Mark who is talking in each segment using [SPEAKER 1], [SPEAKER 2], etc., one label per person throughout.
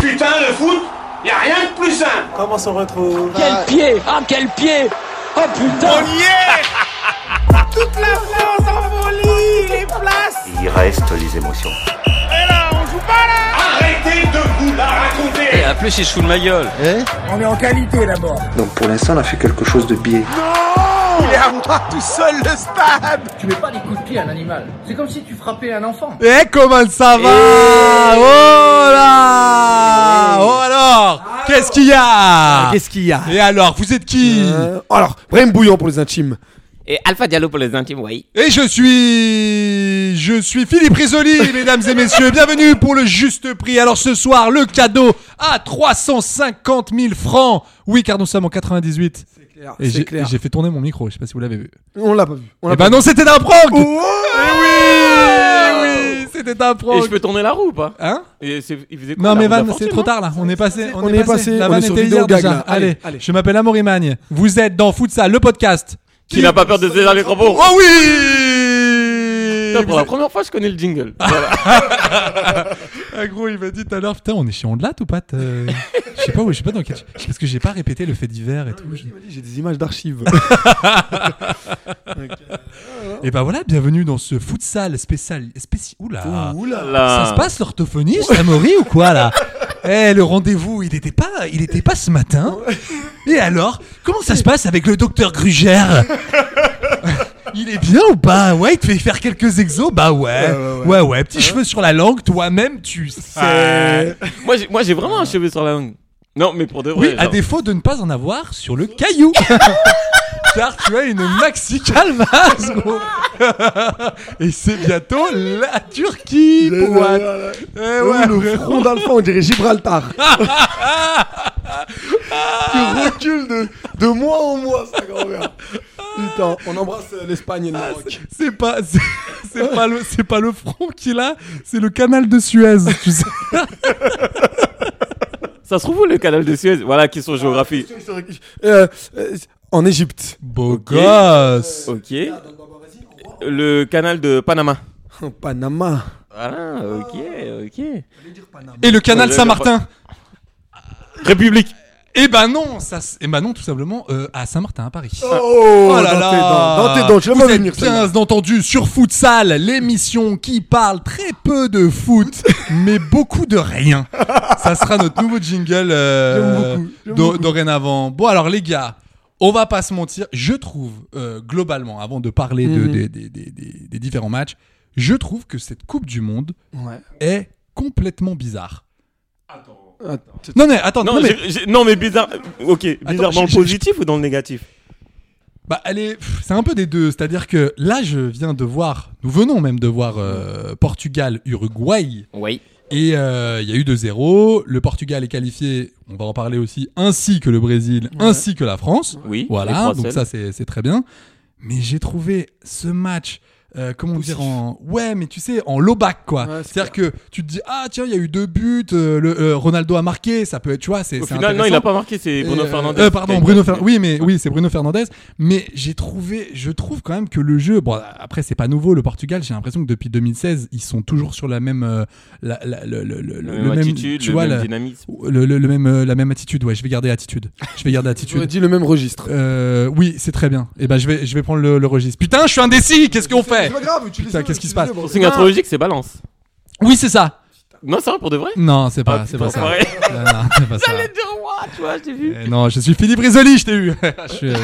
[SPEAKER 1] Putain, le foot, y a rien de plus simple.
[SPEAKER 2] Comment s'en retrouve
[SPEAKER 3] Quel pied Ah quel pied Oh putain
[SPEAKER 1] On y est Toute la France en folie, les places.
[SPEAKER 4] Il reste les émotions.
[SPEAKER 1] Et là, on joue pas là. Arrêtez de vous la raconter.
[SPEAKER 3] En plus il se fout de ma gueule
[SPEAKER 5] Donc pour l'instant, on a fait quelque chose de biais.
[SPEAKER 1] Il est à moi tout seul le stade.
[SPEAKER 6] Tu mets pas des coups de pied à un animal. C'est comme si tu frappais un enfant.
[SPEAKER 2] Eh, comment ça va
[SPEAKER 1] Eh
[SPEAKER 2] Oh là Oh alors
[SPEAKER 1] Eh
[SPEAKER 2] Qu'est-ce qu'il y
[SPEAKER 1] Ah,
[SPEAKER 2] a Qu'est-ce qu'il y a Et alors, vous êtes
[SPEAKER 1] Euh,
[SPEAKER 2] qui Oh, Alors, Brem Bouillon pour les intimes.
[SPEAKER 7] Et Alpha Diallo pour les intimes, oui.
[SPEAKER 2] Et je suis... Je suis Philippe Risoli, mesdames et messieurs. Bienvenue pour le juste prix. Alors ce soir, le cadeau à 350 000 francs. Oui, car nous sommes en 98. C'est clair, et j'ai, et j'ai fait tourner mon micro, je sais pas si vous l'avez vu.
[SPEAKER 8] On l'a pas vu. Oh, On
[SPEAKER 2] Eh
[SPEAKER 8] l'a
[SPEAKER 2] ben
[SPEAKER 8] pas
[SPEAKER 2] non, c'était un prank Eh oui Eh oui C'était un prank
[SPEAKER 7] Et je peux tourner la roue ou pas
[SPEAKER 2] Hein
[SPEAKER 7] Et c'est- il faisait quoi,
[SPEAKER 2] Non
[SPEAKER 7] la
[SPEAKER 2] mais
[SPEAKER 7] roue de la
[SPEAKER 2] Van, c'est
[SPEAKER 7] fortune,
[SPEAKER 2] trop
[SPEAKER 7] non
[SPEAKER 2] tard là. On est passé, on,
[SPEAKER 8] On
[SPEAKER 2] est
[SPEAKER 8] est passé,
[SPEAKER 2] passé. La
[SPEAKER 8] on
[SPEAKER 2] vanne
[SPEAKER 8] est sur
[SPEAKER 2] était
[SPEAKER 8] vidéo
[SPEAKER 2] hier
[SPEAKER 8] gag,
[SPEAKER 2] déjà.
[SPEAKER 8] là.
[SPEAKER 2] Allez,
[SPEAKER 8] Allez, allez.
[SPEAKER 2] je m'appelle Amaury Magne. Vous êtes dans Futsal, le podcast.
[SPEAKER 7] Qui n'a pas peur de se délarguer trop beau
[SPEAKER 2] Oh oui
[SPEAKER 7] Putain, Pour la première fois, je connais le jingle. Voilà.
[SPEAKER 2] Ah gros, il m'a dit tout à l'heure, putain, on est chez Ondelat ou pas t'es- Je sais pas où, je sais pas dans quel. je- Parce que j'ai pas répété le fait divers et tout.
[SPEAKER 8] J'ai des images d'archives.
[SPEAKER 2] Et bah euh, voilà, bienvenue dans ce Futsal spécial. spéci- Oula
[SPEAKER 7] Là.
[SPEAKER 2] Ça se passe l'orthophoniste, Amaury ou quoi là Eh le rendez-vous, il était pas, il était pas ce matin. Et alors, comment ça se passe avec le docteur Gruger Il est bien ou pas Ouais, il te fait faire quelques exos Bah ouais. Ouais ouais, petits cheveux sur la langue, toi-même tu sais.
[SPEAKER 7] Moi, j'ai- Moi, j'ai vraiment un cheveu sur la langue. Non, mais pour de vrai.
[SPEAKER 2] oui, à
[SPEAKER 7] genre.
[SPEAKER 2] défaut de ne pas en avoir sur le caillou. Car tu as une maxi calvas, gros. Et c'est bientôt la Turquie, Pouat. Eh ouais,
[SPEAKER 8] le
[SPEAKER 2] frérot.
[SPEAKER 8] front d'Alpha, on dirait Gibraltar. tu recules de, de mois en mois, sa grand-mère. Putain, on embrasse euh, l'Espagne et le Maroc.
[SPEAKER 2] Ah, C'est pas, c'est, c'est pas le, c'est pas le front qu'il a, c'est le canal de Suez, tu sais.
[SPEAKER 7] Ça se trouve où le canal de Suez Voilà, qui sont géographie.
[SPEAKER 8] Euh, euh, en Égypte.
[SPEAKER 2] Beau gosse.
[SPEAKER 7] Ok. Le canal de Panama.
[SPEAKER 2] Oh,
[SPEAKER 8] En Panama.
[SPEAKER 7] Ah, ok, ok.
[SPEAKER 2] Et le canal
[SPEAKER 7] Ouais,
[SPEAKER 2] Saint-Martin.
[SPEAKER 7] République.
[SPEAKER 2] Eh ben non, ça, c'est- eh ben non, tout simplement, euh, à Saint-Martin, à Paris.
[SPEAKER 8] Oh,
[SPEAKER 2] là
[SPEAKER 8] dans
[SPEAKER 2] là
[SPEAKER 8] tes dents, dans tes dents, je vais
[SPEAKER 2] Vous
[SPEAKER 8] pas
[SPEAKER 2] êtes
[SPEAKER 8] venir,
[SPEAKER 2] bien
[SPEAKER 8] celle-là.
[SPEAKER 2] entendu sur Futsal, l'émission qui parle très peu de foot, mais beaucoup de rien. Ça sera notre nouveau jingle euh,
[SPEAKER 8] J'aime beaucoup, j'aime
[SPEAKER 2] do-
[SPEAKER 8] beaucoup.
[SPEAKER 2] dorénavant. Bon alors les gars, on va pas se mentir, je trouve euh, globalement, avant de parler de-
[SPEAKER 8] Mhm.
[SPEAKER 2] des, des- des- des- des différents matchs, je trouve que cette Coupe du Monde est complètement bizarre.
[SPEAKER 8] Ah,
[SPEAKER 2] Non mais attends,
[SPEAKER 7] Non,
[SPEAKER 2] non, mais-
[SPEAKER 7] j'ai- j'ai- non, mais bizarre. Ok, bizarre dans le
[SPEAKER 2] j'ai-
[SPEAKER 7] positif ou dans le négatif
[SPEAKER 2] Bah, elle est- pff, c'est un peu des deux. C'est-à-dire que là, je viens de voir, nous venons même de voir euh, Portugal-Uruguay.
[SPEAKER 7] Oui.
[SPEAKER 2] Et euh, il y a eu 2-0. Le Portugal est qualifié, on va en parler aussi, ainsi que le Brésil, ainsi que la France.
[SPEAKER 7] Oui. les
[SPEAKER 2] Voilà,
[SPEAKER 7] trois
[SPEAKER 2] donc
[SPEAKER 7] seuls.
[SPEAKER 2] ça, c'est c'est très bien. Mais j'ai trouvé ce match. euh, comment dire en ouais mais tu sais en low back quoi
[SPEAKER 8] Ouais, c'est
[SPEAKER 2] c'est à dire que tu te dis ah tiens il y a eu deux buts euh, le euh, Ronaldo a marqué ça peut être tu vois c'est
[SPEAKER 7] Au
[SPEAKER 2] c'est
[SPEAKER 7] final, non, il a
[SPEAKER 2] intéressant.
[SPEAKER 7] pas marqué, c'est Bruno
[SPEAKER 2] Euh,
[SPEAKER 7] Fernandez.
[SPEAKER 2] euh, pardon, Bruno Fernandez. Oui, mais oui, c'est Bruno Fernandez. Mais j'ai trouvé, je trouve quand même que le jeu. Bon, après, c'est pas nouveau. Le Portugal, j'ai l'impression que depuis 2016, ils sont toujours sur la même, euh, la, la- le, le-
[SPEAKER 7] Le
[SPEAKER 2] le- le
[SPEAKER 7] même
[SPEAKER 2] même,
[SPEAKER 7] attitude,
[SPEAKER 2] tu
[SPEAKER 7] le
[SPEAKER 2] vois,
[SPEAKER 7] même
[SPEAKER 2] la-
[SPEAKER 7] dynamisme.
[SPEAKER 2] le, le- le même, euh, la même attitude. Ouais, je vais garder attitude. Je vais garder attitude.
[SPEAKER 8] J'aurais dit le même registre.
[SPEAKER 2] Euh, oui, c'est très bien. Et ben, je vais, je vais prendre le, le registre. Putain, je suis indécis. Qu'est-ce qu'on fait
[SPEAKER 8] C'est pas grave, utilisez-
[SPEAKER 2] Putain, qu'est-ce qui se passe
[SPEAKER 8] utilisez-
[SPEAKER 7] Ton signe astrologique, c'est balance.
[SPEAKER 2] Oui, c'est ça.
[SPEAKER 7] Non, c'est vrai pour de vrai
[SPEAKER 2] Non, c'est pas,
[SPEAKER 7] Ah,
[SPEAKER 2] c'est
[SPEAKER 7] putain,
[SPEAKER 2] pas
[SPEAKER 7] c'est
[SPEAKER 2] ça. Ah.
[SPEAKER 7] vrai.
[SPEAKER 2] Non, non, c'est pas ça.
[SPEAKER 7] J'allais dire roi, tu vois, j'ai vu.
[SPEAKER 2] Eh non, je suis Philippe Risoli, je t'ai eu. Je suis, euh,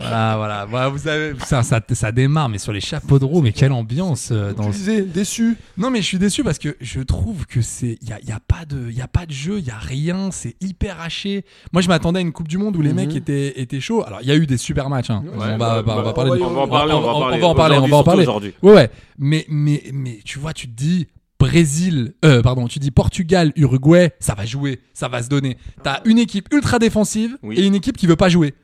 [SPEAKER 2] voilà, voilà, Voilà, vous savez, ça, ça, ça démarre, mais sur les chapeaux de roue, mais quelle ambiance euh, dans.
[SPEAKER 8] Utilisez, déçu.
[SPEAKER 2] Non, mais je suis déçu parce que je trouve que c'est, il y a, y a pas de, y a pas de jeu, il y a rien, c'est hyper haché. Moi, je m'attendais à une Coupe du Monde où les
[SPEAKER 7] Mhm.
[SPEAKER 2] mecs étaient, étaient chauds. Alors, il y a eu des super matchs. hein. on, va, bah, on va parler. de-
[SPEAKER 7] On va en parler, on va en parler.
[SPEAKER 2] en parler. On va en
[SPEAKER 7] Aujourd'hui,
[SPEAKER 2] parler.
[SPEAKER 7] surtout aujourd'hui.
[SPEAKER 2] Ouais, ouais. Mais, mais, mais, tu vois, tu te dis. Brésil, euh, pardon, tu dis Portugal, Uruguay, ça va jouer, ça va se donner. T'as une équipe ultra défensive et une équipe qui veut pas jouer.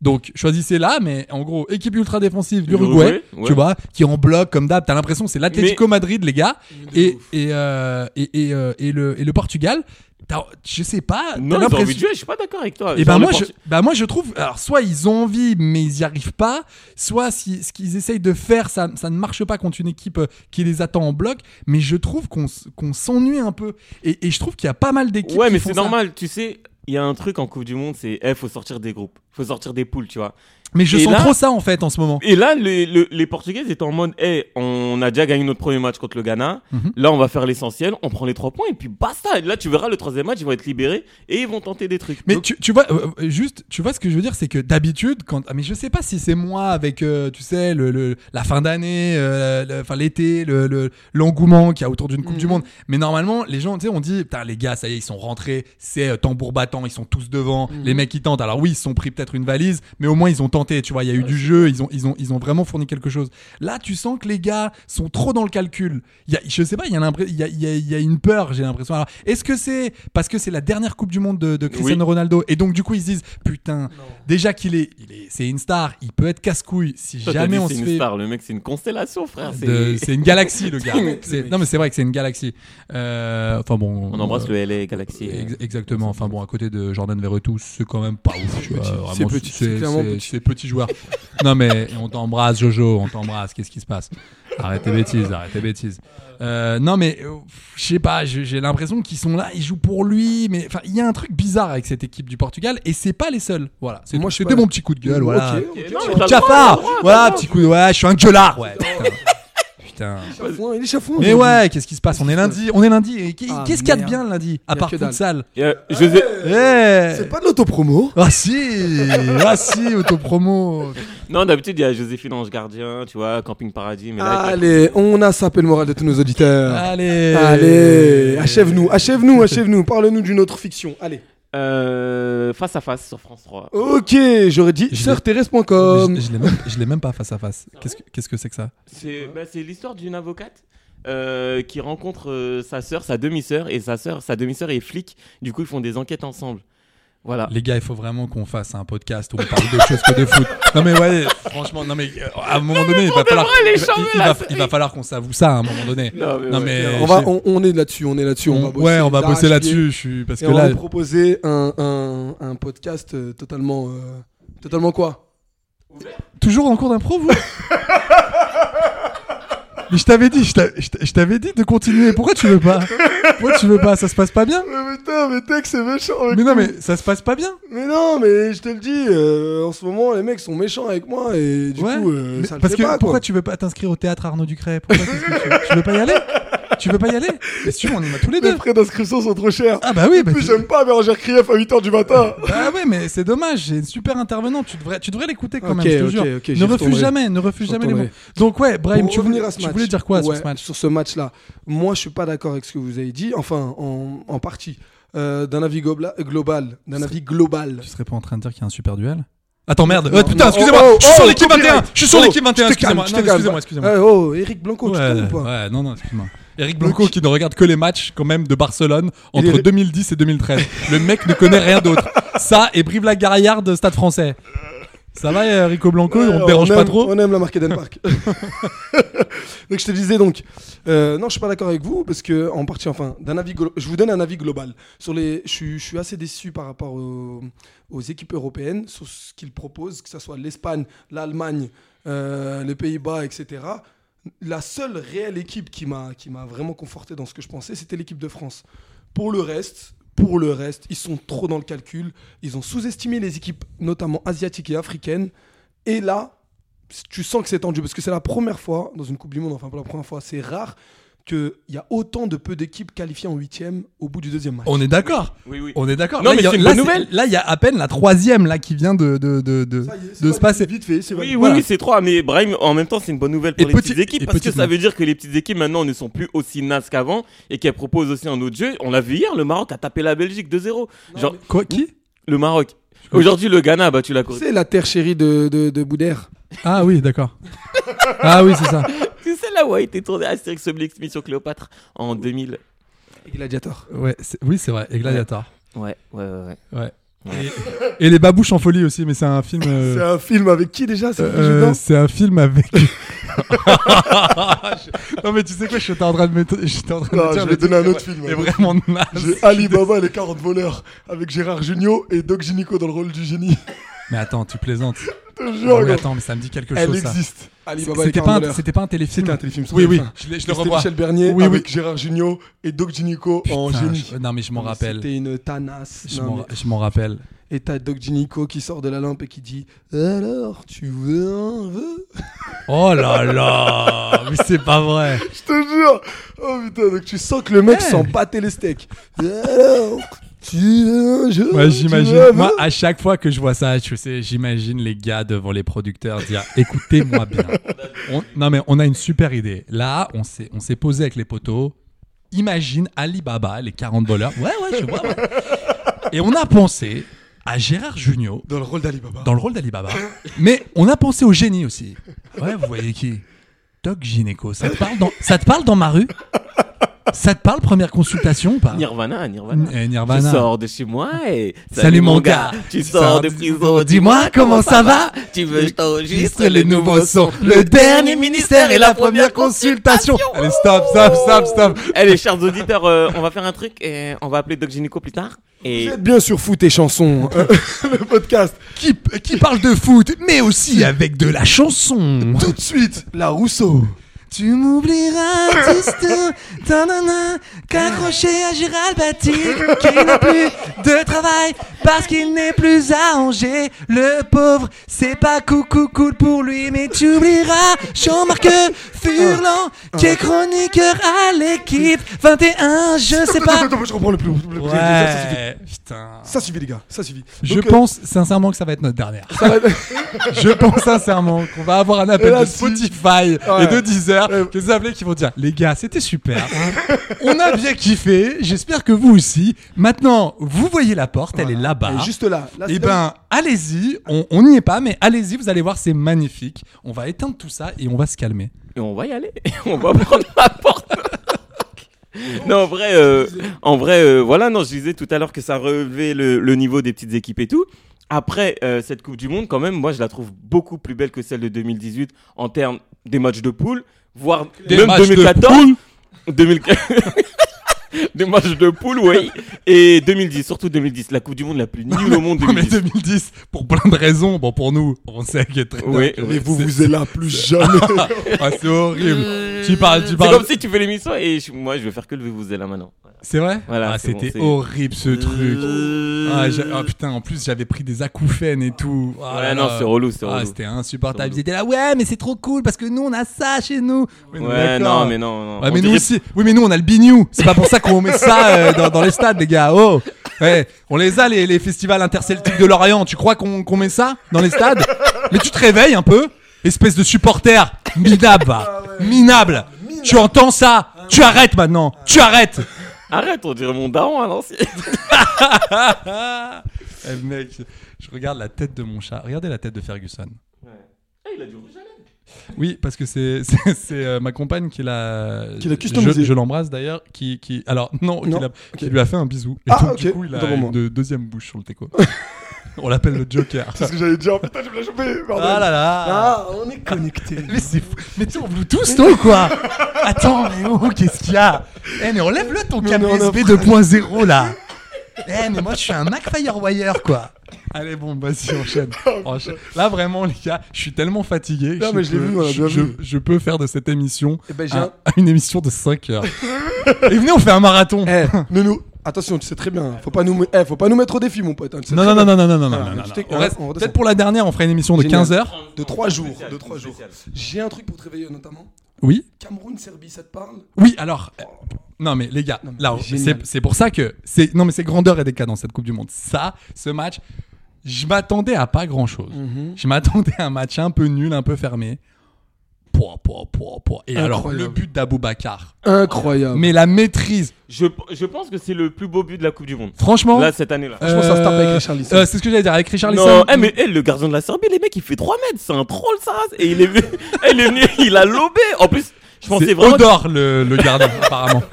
[SPEAKER 2] Donc choisissez là, mais en gros, équipe ultra défensive d'Uruguay,
[SPEAKER 7] Uruguay, ouais.
[SPEAKER 2] tu vois, qui en bloc comme d'hab. T'as l'impression que c'est l'Atlético Madrid, les gars, et et, euh, et, et, euh, et le et le Portugal. t'as- Je sais
[SPEAKER 7] Non,
[SPEAKER 2] pas. t'as
[SPEAKER 7] ils ont
[SPEAKER 2] l'impression-
[SPEAKER 7] envie de jouer, je suis pas d'accord avec toi.
[SPEAKER 2] et
[SPEAKER 7] Genre,
[SPEAKER 2] ben
[SPEAKER 7] le
[SPEAKER 2] moi, je,
[SPEAKER 7] Portu-
[SPEAKER 2] bah moi je trouve, alors soit ils ont envie mais ils y arrivent pas, soit si, ce qu'ils essayent de faire ça, ça ne marche pas contre une équipe euh, qui les attend en bloc, mais je trouve qu'on s- qu'on s'ennuie un peu. Et, et je trouve qu'il y a pas mal d'équipes.
[SPEAKER 7] Ouais,
[SPEAKER 2] qui
[SPEAKER 7] mais
[SPEAKER 2] font
[SPEAKER 7] c'est
[SPEAKER 2] ça.
[SPEAKER 7] normal, tu sais, il y a un truc en Coupe du Monde, c'est eh, faut sortir des groupes, faut sortir des poules, tu vois.
[SPEAKER 2] Mais je
[SPEAKER 7] Et
[SPEAKER 2] sens
[SPEAKER 7] là-
[SPEAKER 2] trop ça en fait en ce moment.
[SPEAKER 7] Et là, les, le- les Portugais étaient en mode eh, on a déjà gagné notre premier match contre le Ghana,
[SPEAKER 2] Mhm.
[SPEAKER 7] là on va faire l'essentiel, on prend les trois points et puis basta. Et Là, tu verras le troisième match, ils vont être libérés et ils vont tenter des trucs.
[SPEAKER 2] Mais
[SPEAKER 7] Donc,
[SPEAKER 2] tu, tu vois, euh, euh, juste, tu vois ce que je veux dire, c'est que d'habitude, quand. ah, Mais je sais pas si c'est moi avec, euh, tu sais, le, le- la fin d'année, euh, le- enfin l'été, le- le- l'engouement qu'il y a autour d'une Coupe du Monde. Mais normalement, les gens, tu sais, on dit, putain, les gars, ça y est, ils sont rentrés, c'est euh, tambour battant, ils sont tous devant, les mecs, ils tentent. Alors oui, ils se sont pris peut-être une valise, mais au moins, ils ont tenté, tu vois, il y a eu du jeu, ils ont, ils, ont, ils ont vraiment fourni quelque chose. Là, tu sens que les gars sont trop dans le calcul. Il Y a, je sais pas, il y, a l'impre- il y a, il y a- il y a une peur, j'ai l'impression. Alors, est-ce que c'est parce que c'est la dernière Coupe du Monde de, de Cristiano Ronaldo Et donc, du coup, ils se disent Putain, déjà qu'il est, il est, c'est une star, il peut être casse-couille si
[SPEAKER 7] toi, t'as
[SPEAKER 2] jamais
[SPEAKER 7] dit,
[SPEAKER 2] on
[SPEAKER 7] c'est
[SPEAKER 2] se
[SPEAKER 7] une
[SPEAKER 2] fait.
[SPEAKER 7] star, le mec, c'est une constellation, frère.
[SPEAKER 2] de- C'est une galaxie, le gars.
[SPEAKER 7] Putain, mais-
[SPEAKER 2] C'est- Non, mais c'est vrai que c'est une galaxie. Euh, Enfin bon.
[SPEAKER 7] On embrasse
[SPEAKER 2] euh,
[SPEAKER 7] le LA Galaxy. euh.
[SPEAKER 2] ex- exactement. Enfin bon, à côté de Jordan Verretou, c'est quand même pas ouf. tu vois, vraiment,
[SPEAKER 9] C'est petit, c'est clairement petit.
[SPEAKER 2] C'est petit joueur. non mais on t'embrasse, Jojo, on t'embrasse. Qu'est-ce qui se passe Arrête tes bêtises, arrête tes bêtises. Euh, non mais euh, je sais pas, j'ai j'ai l'impression qu'ils sont là, ils jouent pour lui, mais enfin il y a un truc bizarre avec cette équipe du Portugal et c'est pas les seuls. Voilà, c'est
[SPEAKER 9] Moi,
[SPEAKER 2] tout.
[SPEAKER 9] je suis
[SPEAKER 2] c'était
[SPEAKER 9] pas-
[SPEAKER 2] mon petit coup de gueule. Voilà,
[SPEAKER 9] Ok, ok.
[SPEAKER 7] Non, mais t'as le droit, t'as
[SPEAKER 2] Cafard,
[SPEAKER 7] le droit, t'as
[SPEAKER 2] voilà
[SPEAKER 7] le droit.
[SPEAKER 2] petit coup de ouais, je suis un gueulard, ouais. Putain. Putain.
[SPEAKER 9] Chafouin, il est chafouin.
[SPEAKER 2] Mais
[SPEAKER 9] aujourd'hui.
[SPEAKER 2] ouais, qu'est-ce qui se passe On est lundi, on est lundi. et qu'est-
[SPEAKER 9] Ah,
[SPEAKER 2] Qu'est-ce qu'il y a de
[SPEAKER 9] merde.
[SPEAKER 2] bien le lundi À
[SPEAKER 9] Y a
[SPEAKER 2] part
[SPEAKER 9] que dalle.
[SPEAKER 2] futsal.
[SPEAKER 7] Et, euh, José-
[SPEAKER 2] Eh
[SPEAKER 9] C'est pas de l'autopromo.
[SPEAKER 2] Ah si Ah si, autopromo
[SPEAKER 7] Non, d'habitude, il y a Joséphine Ange Gardien, tu vois, Camping Paradis. Mais
[SPEAKER 2] Ah,
[SPEAKER 7] là, il-
[SPEAKER 9] Allez, on a sapé le moral de tous nos auditeurs.
[SPEAKER 2] Allez
[SPEAKER 9] Allez, achève-nous, achève-nous, achève-nous. Parle-nous d'une autre fiction. Allez.
[SPEAKER 7] Euh, face à face sur France 3.
[SPEAKER 9] Ok, j'aurais dit
[SPEAKER 2] Je
[SPEAKER 9] sœurthérèse.com.
[SPEAKER 2] Je, je l'ai même, je l'ai même pas face à face. Qu'est-ce que qu'est-ce que c'est que ça
[SPEAKER 7] C'est bah, c'est l'histoire d'une avocate euh, qui rencontre euh, sa sœur, sa demi-sœur, et sa sœur, sa demi-sœur est flic. Du coup, ils font des enquêtes ensemble. Voilà.
[SPEAKER 2] Les gars, il faut vraiment qu'on fasse un podcast où on parle de choses que de foot. Non mais ouais, franchement, non mais euh, à un moment donné, il va falloir,
[SPEAKER 7] vrai, les
[SPEAKER 2] il va-
[SPEAKER 7] chambres,
[SPEAKER 2] il va-
[SPEAKER 7] là,
[SPEAKER 2] il va- il va falloir qu'on s'avoue ça à un moment donné.
[SPEAKER 7] Non, mais ouais.
[SPEAKER 9] On, va, on, on est là-dessus, on est là-dessus.
[SPEAKER 2] on-
[SPEAKER 9] On, va bosser
[SPEAKER 2] ouais, on va bosser
[SPEAKER 9] d'arrache-pied.
[SPEAKER 2] là-dessus. Je suis parce
[SPEAKER 9] Et
[SPEAKER 2] que
[SPEAKER 9] on
[SPEAKER 2] là,
[SPEAKER 9] va vous proposer un, un, un podcast euh, totalement. euh, totalement quoi
[SPEAKER 2] toujours en cours d'impro, vous Mais je t'avais dit, je t'a- je t'a- je t'avais dit de continuer. Pourquoi tu veux pas Pourquoi tu veux pas Ça se passe pas bien
[SPEAKER 9] Mais putain, mais Tex, c'est méchant.
[SPEAKER 2] Mais non, mais ça se passe pas bien.
[SPEAKER 9] Mais non, mais je te le dis, euh, en ce moment, les mecs sont méchants avec moi et du
[SPEAKER 2] Ouais.
[SPEAKER 9] coup, euh,
[SPEAKER 2] Mais
[SPEAKER 9] ça le
[SPEAKER 2] parce
[SPEAKER 9] fait
[SPEAKER 2] que
[SPEAKER 9] pas.
[SPEAKER 2] pourquoi
[SPEAKER 9] quoi.
[SPEAKER 2] tu veux pas t'inscrire au théâtre Arnaud Ducret Pourquoi qu'est-ce que tu, tu veux pas y aller Tu veux pas y aller Mais si tu veux, on y va tous les
[SPEAKER 9] Les
[SPEAKER 2] deux.
[SPEAKER 9] frais d'inscription sont trop chers.
[SPEAKER 2] Ah bah oui,
[SPEAKER 9] En
[SPEAKER 2] bah,
[SPEAKER 9] plus,
[SPEAKER 2] tu-
[SPEAKER 9] j'aime pas Bérangère Krief à 8h du matin.
[SPEAKER 2] Bah ouais, mais c'est dommage, c'est super intervenant. Tu devrais, tu devrais l'écouter quand
[SPEAKER 9] Ok,
[SPEAKER 2] même, je te
[SPEAKER 9] ok,
[SPEAKER 2] jure.
[SPEAKER 9] ok, j'y
[SPEAKER 2] ne refuse
[SPEAKER 9] retournerai.
[SPEAKER 2] jamais, ne refuse
[SPEAKER 9] J'y
[SPEAKER 2] jamais les mots.
[SPEAKER 9] retournerai.
[SPEAKER 2] Donc ouais, Brahim,
[SPEAKER 9] Pour
[SPEAKER 2] tu voulais,
[SPEAKER 9] revenir à ce
[SPEAKER 2] tu
[SPEAKER 9] match,
[SPEAKER 2] voulais dire quoi sur
[SPEAKER 9] ouais,
[SPEAKER 2] ce match
[SPEAKER 9] Sur ce match-là, moi, je suis pas d'accord avec ce que vous avez dit. Enfin, en, en partie. Euh, d'un avis gobla- global. D'un avis global.
[SPEAKER 2] Tu serais pas en train de dire qu'il y a un super duel Attends, merde.
[SPEAKER 9] Non,
[SPEAKER 2] Oh, putain,
[SPEAKER 9] non,
[SPEAKER 2] excusez-moi.
[SPEAKER 9] oh, oh,
[SPEAKER 2] je suis sur
[SPEAKER 9] oh,
[SPEAKER 2] l'équipe 21.
[SPEAKER 9] copyright.
[SPEAKER 2] Je suis sur
[SPEAKER 9] Oh,
[SPEAKER 2] l'équipe 21.
[SPEAKER 9] je te calme,
[SPEAKER 2] Excusez-moi.
[SPEAKER 9] je te
[SPEAKER 2] Non,
[SPEAKER 9] calme.
[SPEAKER 2] excusez-moi, excusez-moi.
[SPEAKER 9] Eh, oh, Eric Blanco, tu te calmes ou
[SPEAKER 2] ouais,
[SPEAKER 9] pas
[SPEAKER 2] ouais, non, non, excuse-moi. Eric Blanco qui ne regarde que les matchs quand même de Barcelone
[SPEAKER 9] Il
[SPEAKER 2] entre
[SPEAKER 9] est-
[SPEAKER 2] 2010 et 2013. Le mec ne connaît rien d'autre. Ça et Brive-la-Gaillarde, Stade français. Ça va, euh, Rico Blanco
[SPEAKER 9] Ouais,
[SPEAKER 2] On te dérange
[SPEAKER 9] aime-
[SPEAKER 2] pas trop
[SPEAKER 9] On aime la marque Eden Park. donc je te disais donc, euh, non, je suis pas d'accord avec vous parce que en partie, enfin, d'un avis, glo- je vous donne un avis global sur les. Je suis, je suis assez déçu par rapport aux, aux équipes européennes sur ce qu'ils proposent, que ce soit l'Espagne, l'Allemagne, euh, les Pays-Bas, etc. La seule réelle équipe qui m'a qui m'a vraiment conforté dans ce que je pensais, c'était l'équipe de France. Pour le reste, pour le reste, ils sont trop dans le calcul. Ils ont sous-estimé les équipes, notamment asiatiques et africaines. Et là, tu sens que c'est tendu parce que c'est la première fois dans une Coupe du Monde, enfin pas la première fois, c'est rare qu'il y a autant de peu d'équipes qualifiées en huitième au bout du deuxième match.
[SPEAKER 2] On est d'accord.
[SPEAKER 7] Oui, oui.
[SPEAKER 2] On est d'accord.
[SPEAKER 7] Non,
[SPEAKER 2] Là,
[SPEAKER 7] mais
[SPEAKER 2] il y a-
[SPEAKER 7] c'est une
[SPEAKER 2] là,
[SPEAKER 7] bonne
[SPEAKER 2] c'est-
[SPEAKER 7] nouvelle.
[SPEAKER 2] Là, il y a à peine la troisième là qui vient de de de de,
[SPEAKER 9] Ça y est, c'est
[SPEAKER 2] de se
[SPEAKER 9] validé,
[SPEAKER 2] passer.
[SPEAKER 9] Vite fait, c'est
[SPEAKER 7] Oui,
[SPEAKER 9] validé.
[SPEAKER 7] oui,
[SPEAKER 2] Voilà.
[SPEAKER 7] oui, c'est trop. Mais Brahim, en même temps, c'est une bonne nouvelle pour
[SPEAKER 2] Et
[SPEAKER 7] les
[SPEAKER 2] petit-
[SPEAKER 7] petites
[SPEAKER 2] et
[SPEAKER 7] équipes parce que
[SPEAKER 2] petite-
[SPEAKER 7] ça veut dire que les petites équipes maintenant ne sont plus aussi nazes qu'avant et qu'elles proposent aussi un autre jeu. On l'a vu hier, le Maroc a tapé la Belgique 2-0. Genre,
[SPEAKER 2] Quoi qui
[SPEAKER 7] le Maroc. Aujourd'hui, le Ghana a battu la Corée.
[SPEAKER 9] C'est la terre chérie de, de, de Boudère.
[SPEAKER 2] Ah oui, d'accord. ah oui, c'est ça.
[SPEAKER 7] C'est là où a été tourné Astérix Oblix Mission Cléopâtre en 2000.
[SPEAKER 9] Gladiator.
[SPEAKER 2] Ouais, c'est- oui, c'est vrai. Et Gladiator.
[SPEAKER 7] Ouais, ouais, ouais.
[SPEAKER 2] Ouais. Et, et Les Babouches en folie aussi, mais c'est un film. euh,
[SPEAKER 9] C'est un film avec qui déjà C'est
[SPEAKER 2] euh,
[SPEAKER 9] Brigitte Bardot
[SPEAKER 2] c'est un film avec. non, mais tu sais quoi, j'étais en train de me. J'étais en train de
[SPEAKER 9] Non,
[SPEAKER 2] me dire
[SPEAKER 9] je
[SPEAKER 2] le
[SPEAKER 9] vais donner
[SPEAKER 2] truc
[SPEAKER 9] un
[SPEAKER 2] est
[SPEAKER 9] autre
[SPEAKER 2] vrai-
[SPEAKER 9] film. hein.
[SPEAKER 2] est vraiment naze.
[SPEAKER 9] J'ai Ali Baba et les 40 voleurs avec Gérard Jugnot et Doc Gynico dans le rôle du génie.
[SPEAKER 2] Mais attends, tu plaisantes.
[SPEAKER 9] te jure,
[SPEAKER 2] Ah oui,
[SPEAKER 9] gros.
[SPEAKER 2] attends, mais ça me dit quelque
[SPEAKER 9] Elle
[SPEAKER 2] chose. ça.
[SPEAKER 9] existe. Ali
[SPEAKER 2] C'est-
[SPEAKER 9] Baba et
[SPEAKER 2] C'était
[SPEAKER 9] Caron
[SPEAKER 2] pas, un-
[SPEAKER 9] Dollar.
[SPEAKER 2] c'était pas un téléfilm.
[SPEAKER 9] C'était un téléfilm. sur
[SPEAKER 2] Oui, oui.
[SPEAKER 9] TF1.
[SPEAKER 2] Je, le- je
[SPEAKER 9] Et
[SPEAKER 2] le
[SPEAKER 9] c'était
[SPEAKER 2] revois.
[SPEAKER 9] Michel Bernier
[SPEAKER 2] Oui,
[SPEAKER 9] avec
[SPEAKER 2] oui.
[SPEAKER 9] Gérard Jugnot et Doc Gynico en
[SPEAKER 2] Putain,
[SPEAKER 9] génie.
[SPEAKER 2] je- non, mais je m'en
[SPEAKER 9] Mais
[SPEAKER 2] rappelle.
[SPEAKER 9] C'était une tanasse.
[SPEAKER 2] Je
[SPEAKER 9] Non,
[SPEAKER 2] m'en
[SPEAKER 9] mais-
[SPEAKER 2] ra- je m'en rappelle.
[SPEAKER 9] Et t'as Doc Gynico qui sort de la lampe et qui dit Alors, tu veux un vœu
[SPEAKER 2] Oh là là, mais c'est pas vrai.
[SPEAKER 9] Je te jure Oh putain, donc tu sens que le mec
[SPEAKER 2] Ouais.
[SPEAKER 9] s'en battait les steaks. Alors, tu veux un jeu
[SPEAKER 2] Moi,
[SPEAKER 9] Tu
[SPEAKER 2] j'imagine.
[SPEAKER 9] veux hein un
[SPEAKER 2] Moi,
[SPEAKER 9] vœu
[SPEAKER 2] à chaque fois que je vois ça, je sais, j'imagine les gars devant les producteurs dire "Écoutez-moi bien. On- non, mais on a une super idée. Là, on s'est, on s'est posé avec les poteaux. Imagine Alibaba, les 40 voleurs. Ouais, ouais, je vois. ouais. Et on a pensé à Gérard Jugnot
[SPEAKER 9] Dans le rôle d'Ali Baba.
[SPEAKER 2] dans le rôle d'Alibaba. Mais on a pensé au génie aussi. Ouais, vous voyez qui Doc Gynéco. Ça te parle dans, ça te parle dans ma rue Ça te parle première consultation ou pas
[SPEAKER 7] Nirvana, Nirvana.
[SPEAKER 2] Eh, Nirvana.
[SPEAKER 7] Tu sors de chez moi et.
[SPEAKER 2] Salut, mon gars.
[SPEAKER 7] Tu
[SPEAKER 2] Tu
[SPEAKER 7] sors
[SPEAKER 2] sors
[SPEAKER 7] de
[SPEAKER 2] du-
[SPEAKER 7] prison.
[SPEAKER 2] Dis-moi comment ça va
[SPEAKER 7] Tu veux que je t'enregistre
[SPEAKER 2] Enregistre les nouveaux sons. Le dernier ministère et la première consultation. Allez, stop, stop, stop, stop.
[SPEAKER 7] Allez, chers auditeurs, euh, on va faire un truc et on va appeler Doc Gynéco plus tard. Et.
[SPEAKER 9] Vous êtes bien sur foot et chansons, euh, le podcast.
[SPEAKER 2] Qui, qui parle de foot, mais aussi avec de la chanson.
[SPEAKER 9] Tout de suite, la Rousseau.
[SPEAKER 2] Tu m'oublieras, Tristan, tanana, qu'accroché à Gérald Baty, qui n'a plus de travail parce qu'il n'est plus à Angers. Le pauvre, c'est pas coucou cool pour lui, mais tu oublieras Jean-Marc Furlan, qui est chroniqueur à l'équipe 21, je sais
[SPEAKER 9] Attends,
[SPEAKER 2] pas.
[SPEAKER 9] attends, attends, je reprends le plus. le plus- ça suffit.
[SPEAKER 2] putain.
[SPEAKER 9] Ça suffit, les gars, ça suffit.
[SPEAKER 2] Je
[SPEAKER 9] Donc, euh,
[SPEAKER 2] pense sincèrement que ça va être notre dernière. je pense sincèrement qu'on va avoir un appel de
[SPEAKER 9] Là-dessus.
[SPEAKER 2] Spotify et
[SPEAKER 9] Ouais. Euh,
[SPEAKER 2] de Deezer
[SPEAKER 9] Ouais.
[SPEAKER 2] que appelés qui vont dire les gars c'était super. hein. On a bien kiffé. J'espère que vous aussi. Maintenant vous voyez la porte, elle est là-bas.
[SPEAKER 9] elle est juste là. Là,
[SPEAKER 2] Eh
[SPEAKER 9] c'est
[SPEAKER 2] ben, allez-y, on on n'y est pas, mais allez-y, vous allez voir, c'est magnifique. On va éteindre tout ça et on va se calmer.
[SPEAKER 7] Et on va y aller. on va prendre la porte. Non, en vrai, euh, en vrai euh, voilà, non, je disais tout à l'heure que ça relevait le, le niveau des petites équipes et tout. Après euh, cette Coupe du Monde, quand même, moi, je la trouve beaucoup plus belle que celle de 2018 en termes des matchs de poule, voire
[SPEAKER 2] Des
[SPEAKER 7] même
[SPEAKER 2] matchs de
[SPEAKER 7] 2014. 2015 des matchs de poule, oui. Et 2010, surtout 2010, la Coupe du Monde la plus nulle au monde.
[SPEAKER 2] Non, mais
[SPEAKER 7] 2010.
[SPEAKER 2] 2010, pour plein de raisons. Bon, pour nous, on sait que très
[SPEAKER 7] Oui, oui.
[SPEAKER 9] Mais vous vous êtes là plus jamais.
[SPEAKER 2] Ah, c'est horrible. tu parles, tu
[SPEAKER 7] Euh, C'est
[SPEAKER 2] parles.
[SPEAKER 7] comme si tu fais l'émission et je- moi, je vais faire que le vous là maintenant.
[SPEAKER 2] C'est vrai
[SPEAKER 7] Voilà,
[SPEAKER 2] Ah,
[SPEAKER 7] c'est bon,
[SPEAKER 2] c'était
[SPEAKER 7] c'est- Euh,
[SPEAKER 2] horrible ce truc. Ah, j'a- ah, putain, en plus j'avais pris des acouphènes et tout. Ah,
[SPEAKER 7] Ouais,
[SPEAKER 2] là,
[SPEAKER 7] non,
[SPEAKER 2] là.
[SPEAKER 7] c'est relou, c'est
[SPEAKER 2] Ah,
[SPEAKER 7] relou.
[SPEAKER 2] c'était
[SPEAKER 7] C'est
[SPEAKER 2] insupportable.
[SPEAKER 7] relou.
[SPEAKER 2] Ils étaient là, ouais, mais c'est trop cool parce que nous on a ça chez nous. Oui,
[SPEAKER 7] Ouais,
[SPEAKER 2] d'accord.
[SPEAKER 7] non, mais non, non. On
[SPEAKER 2] Ouais, mais nous
[SPEAKER 7] dirait-
[SPEAKER 2] aussi. Oui, mais nous on a le bignou. C'est pas pour ça qu'on met ça euh, dans, dans les stades, les gars. Oh, ouais, on les a les, les festivals interceltiques de l'Orient. Tu crois qu'on qu'on met ça dans les stades Mais tu te réveilles un peu, espèce de supporter minable, va. minable. Tu entends ça Tu arrêtes maintenant. Tu arrêtes.
[SPEAKER 7] Arrête, on dirait mon daron à l'ancienne.
[SPEAKER 2] Eh, mec, je regarde la tête de mon chat. Regardez la tête de Ferguson.
[SPEAKER 7] Ah, il a du rouge à lèvres.
[SPEAKER 2] Oui, parce que c'est c'est- c'est, euh, ma compagne qui l'a
[SPEAKER 9] Qui l'a
[SPEAKER 2] Je,
[SPEAKER 9] customisé.
[SPEAKER 2] je l'embrasse d'ailleurs. Qui, qui alors non, qui,
[SPEAKER 9] Non,
[SPEAKER 2] l'a-
[SPEAKER 9] ok.
[SPEAKER 2] qui lui a fait un bisou. Et
[SPEAKER 9] Ah,
[SPEAKER 2] donc, du
[SPEAKER 9] ok,
[SPEAKER 2] coup, il
[SPEAKER 9] autant
[SPEAKER 2] a
[SPEAKER 9] pour
[SPEAKER 2] une
[SPEAKER 9] moi.
[SPEAKER 2] de- deuxième bouche sur le teco. On l'appelle le Joker.
[SPEAKER 9] C'est ce que j'allais dire. Putain, je me l'ai chopé. bordel.
[SPEAKER 2] Ah là là.
[SPEAKER 9] Ah, on est connecté.
[SPEAKER 2] Mais c'est fou. Mais t'es en Bluetooth toi ou quoi Attends, mais oh, qu'est-ce qu'il y a Eh mais enlève-le ton
[SPEAKER 9] Mais
[SPEAKER 2] câble
[SPEAKER 9] on est en
[SPEAKER 2] USB 2.0 là. Eh mais moi je suis un Mac Firewire quoi. Allez bon vas-y enchaîne. Enchaîne. Là vraiment les gars, je suis tellement fatigué.
[SPEAKER 9] Oh, Non, mais je l'ai
[SPEAKER 2] peux-
[SPEAKER 9] vu, on l'a bien
[SPEAKER 2] je,
[SPEAKER 9] vu.
[SPEAKER 2] je peux faire de cette émission
[SPEAKER 9] Eh ben, j'ai
[SPEAKER 2] un-
[SPEAKER 9] un-
[SPEAKER 2] une émission de 5 heures. Et venez on fait un marathon.
[SPEAKER 9] Eh, ne nous. Attention, tu sais très bien. Faut pas nous, me- eh, faut pas nous mettre au défi, mon pote. hein, tu sais
[SPEAKER 2] Non
[SPEAKER 9] très
[SPEAKER 2] non non
[SPEAKER 9] bien.
[SPEAKER 2] non non non non.
[SPEAKER 9] Ah,
[SPEAKER 2] non,
[SPEAKER 9] mais
[SPEAKER 2] non,
[SPEAKER 9] tu
[SPEAKER 2] non.
[SPEAKER 9] t'es-
[SPEAKER 2] On
[SPEAKER 9] on-
[SPEAKER 2] reste-
[SPEAKER 9] on redescend.
[SPEAKER 2] Peut-être pour la dernière on fera une émission de
[SPEAKER 9] Génial.
[SPEAKER 2] 15 heures.
[SPEAKER 9] De 3 jours. De
[SPEAKER 7] spécial,
[SPEAKER 9] 3 jours.
[SPEAKER 7] spécial.
[SPEAKER 9] J'ai un truc pour te réveiller, notamment.
[SPEAKER 2] Oui.
[SPEAKER 9] Cameroun, Serbie, ça te parle
[SPEAKER 2] Oui, alors. euh, Non mais les gars,
[SPEAKER 9] mais
[SPEAKER 2] là,
[SPEAKER 9] génial.
[SPEAKER 2] c'est c'est pour ça que c'est non mais c'est grandeur et décadence cette Coupe du Monde. Ça, ce match, je m'attendais à pas grand chose.
[SPEAKER 9] Mhm.
[SPEAKER 2] Je m'attendais à un match un peu nul, un peu fermé. Pouah, pouah, pouah, pouah. Et alors
[SPEAKER 9] Incroyable.
[SPEAKER 2] le but d'Abou Bakar,
[SPEAKER 9] Incroyable.
[SPEAKER 2] mais la maîtrise,
[SPEAKER 7] Je, je pense que c'est le plus beau but de la Coupe du Monde.
[SPEAKER 2] franchement.
[SPEAKER 7] Là, cette année-là.
[SPEAKER 9] franchement, ça se tape avec Richarlison.
[SPEAKER 2] euh, c'est ce que j'allais dire avec Richard
[SPEAKER 7] non, eh, mais eh, le gardien de la Serbie, les mecs, il fait 3 mètres. C'est un troll, ça. Et il est, venu- eh, il, est venu- il a lobé. En plus, Je pensais
[SPEAKER 2] C'est
[SPEAKER 7] vraiment.
[SPEAKER 2] Odor, le, le gardien, apparemment.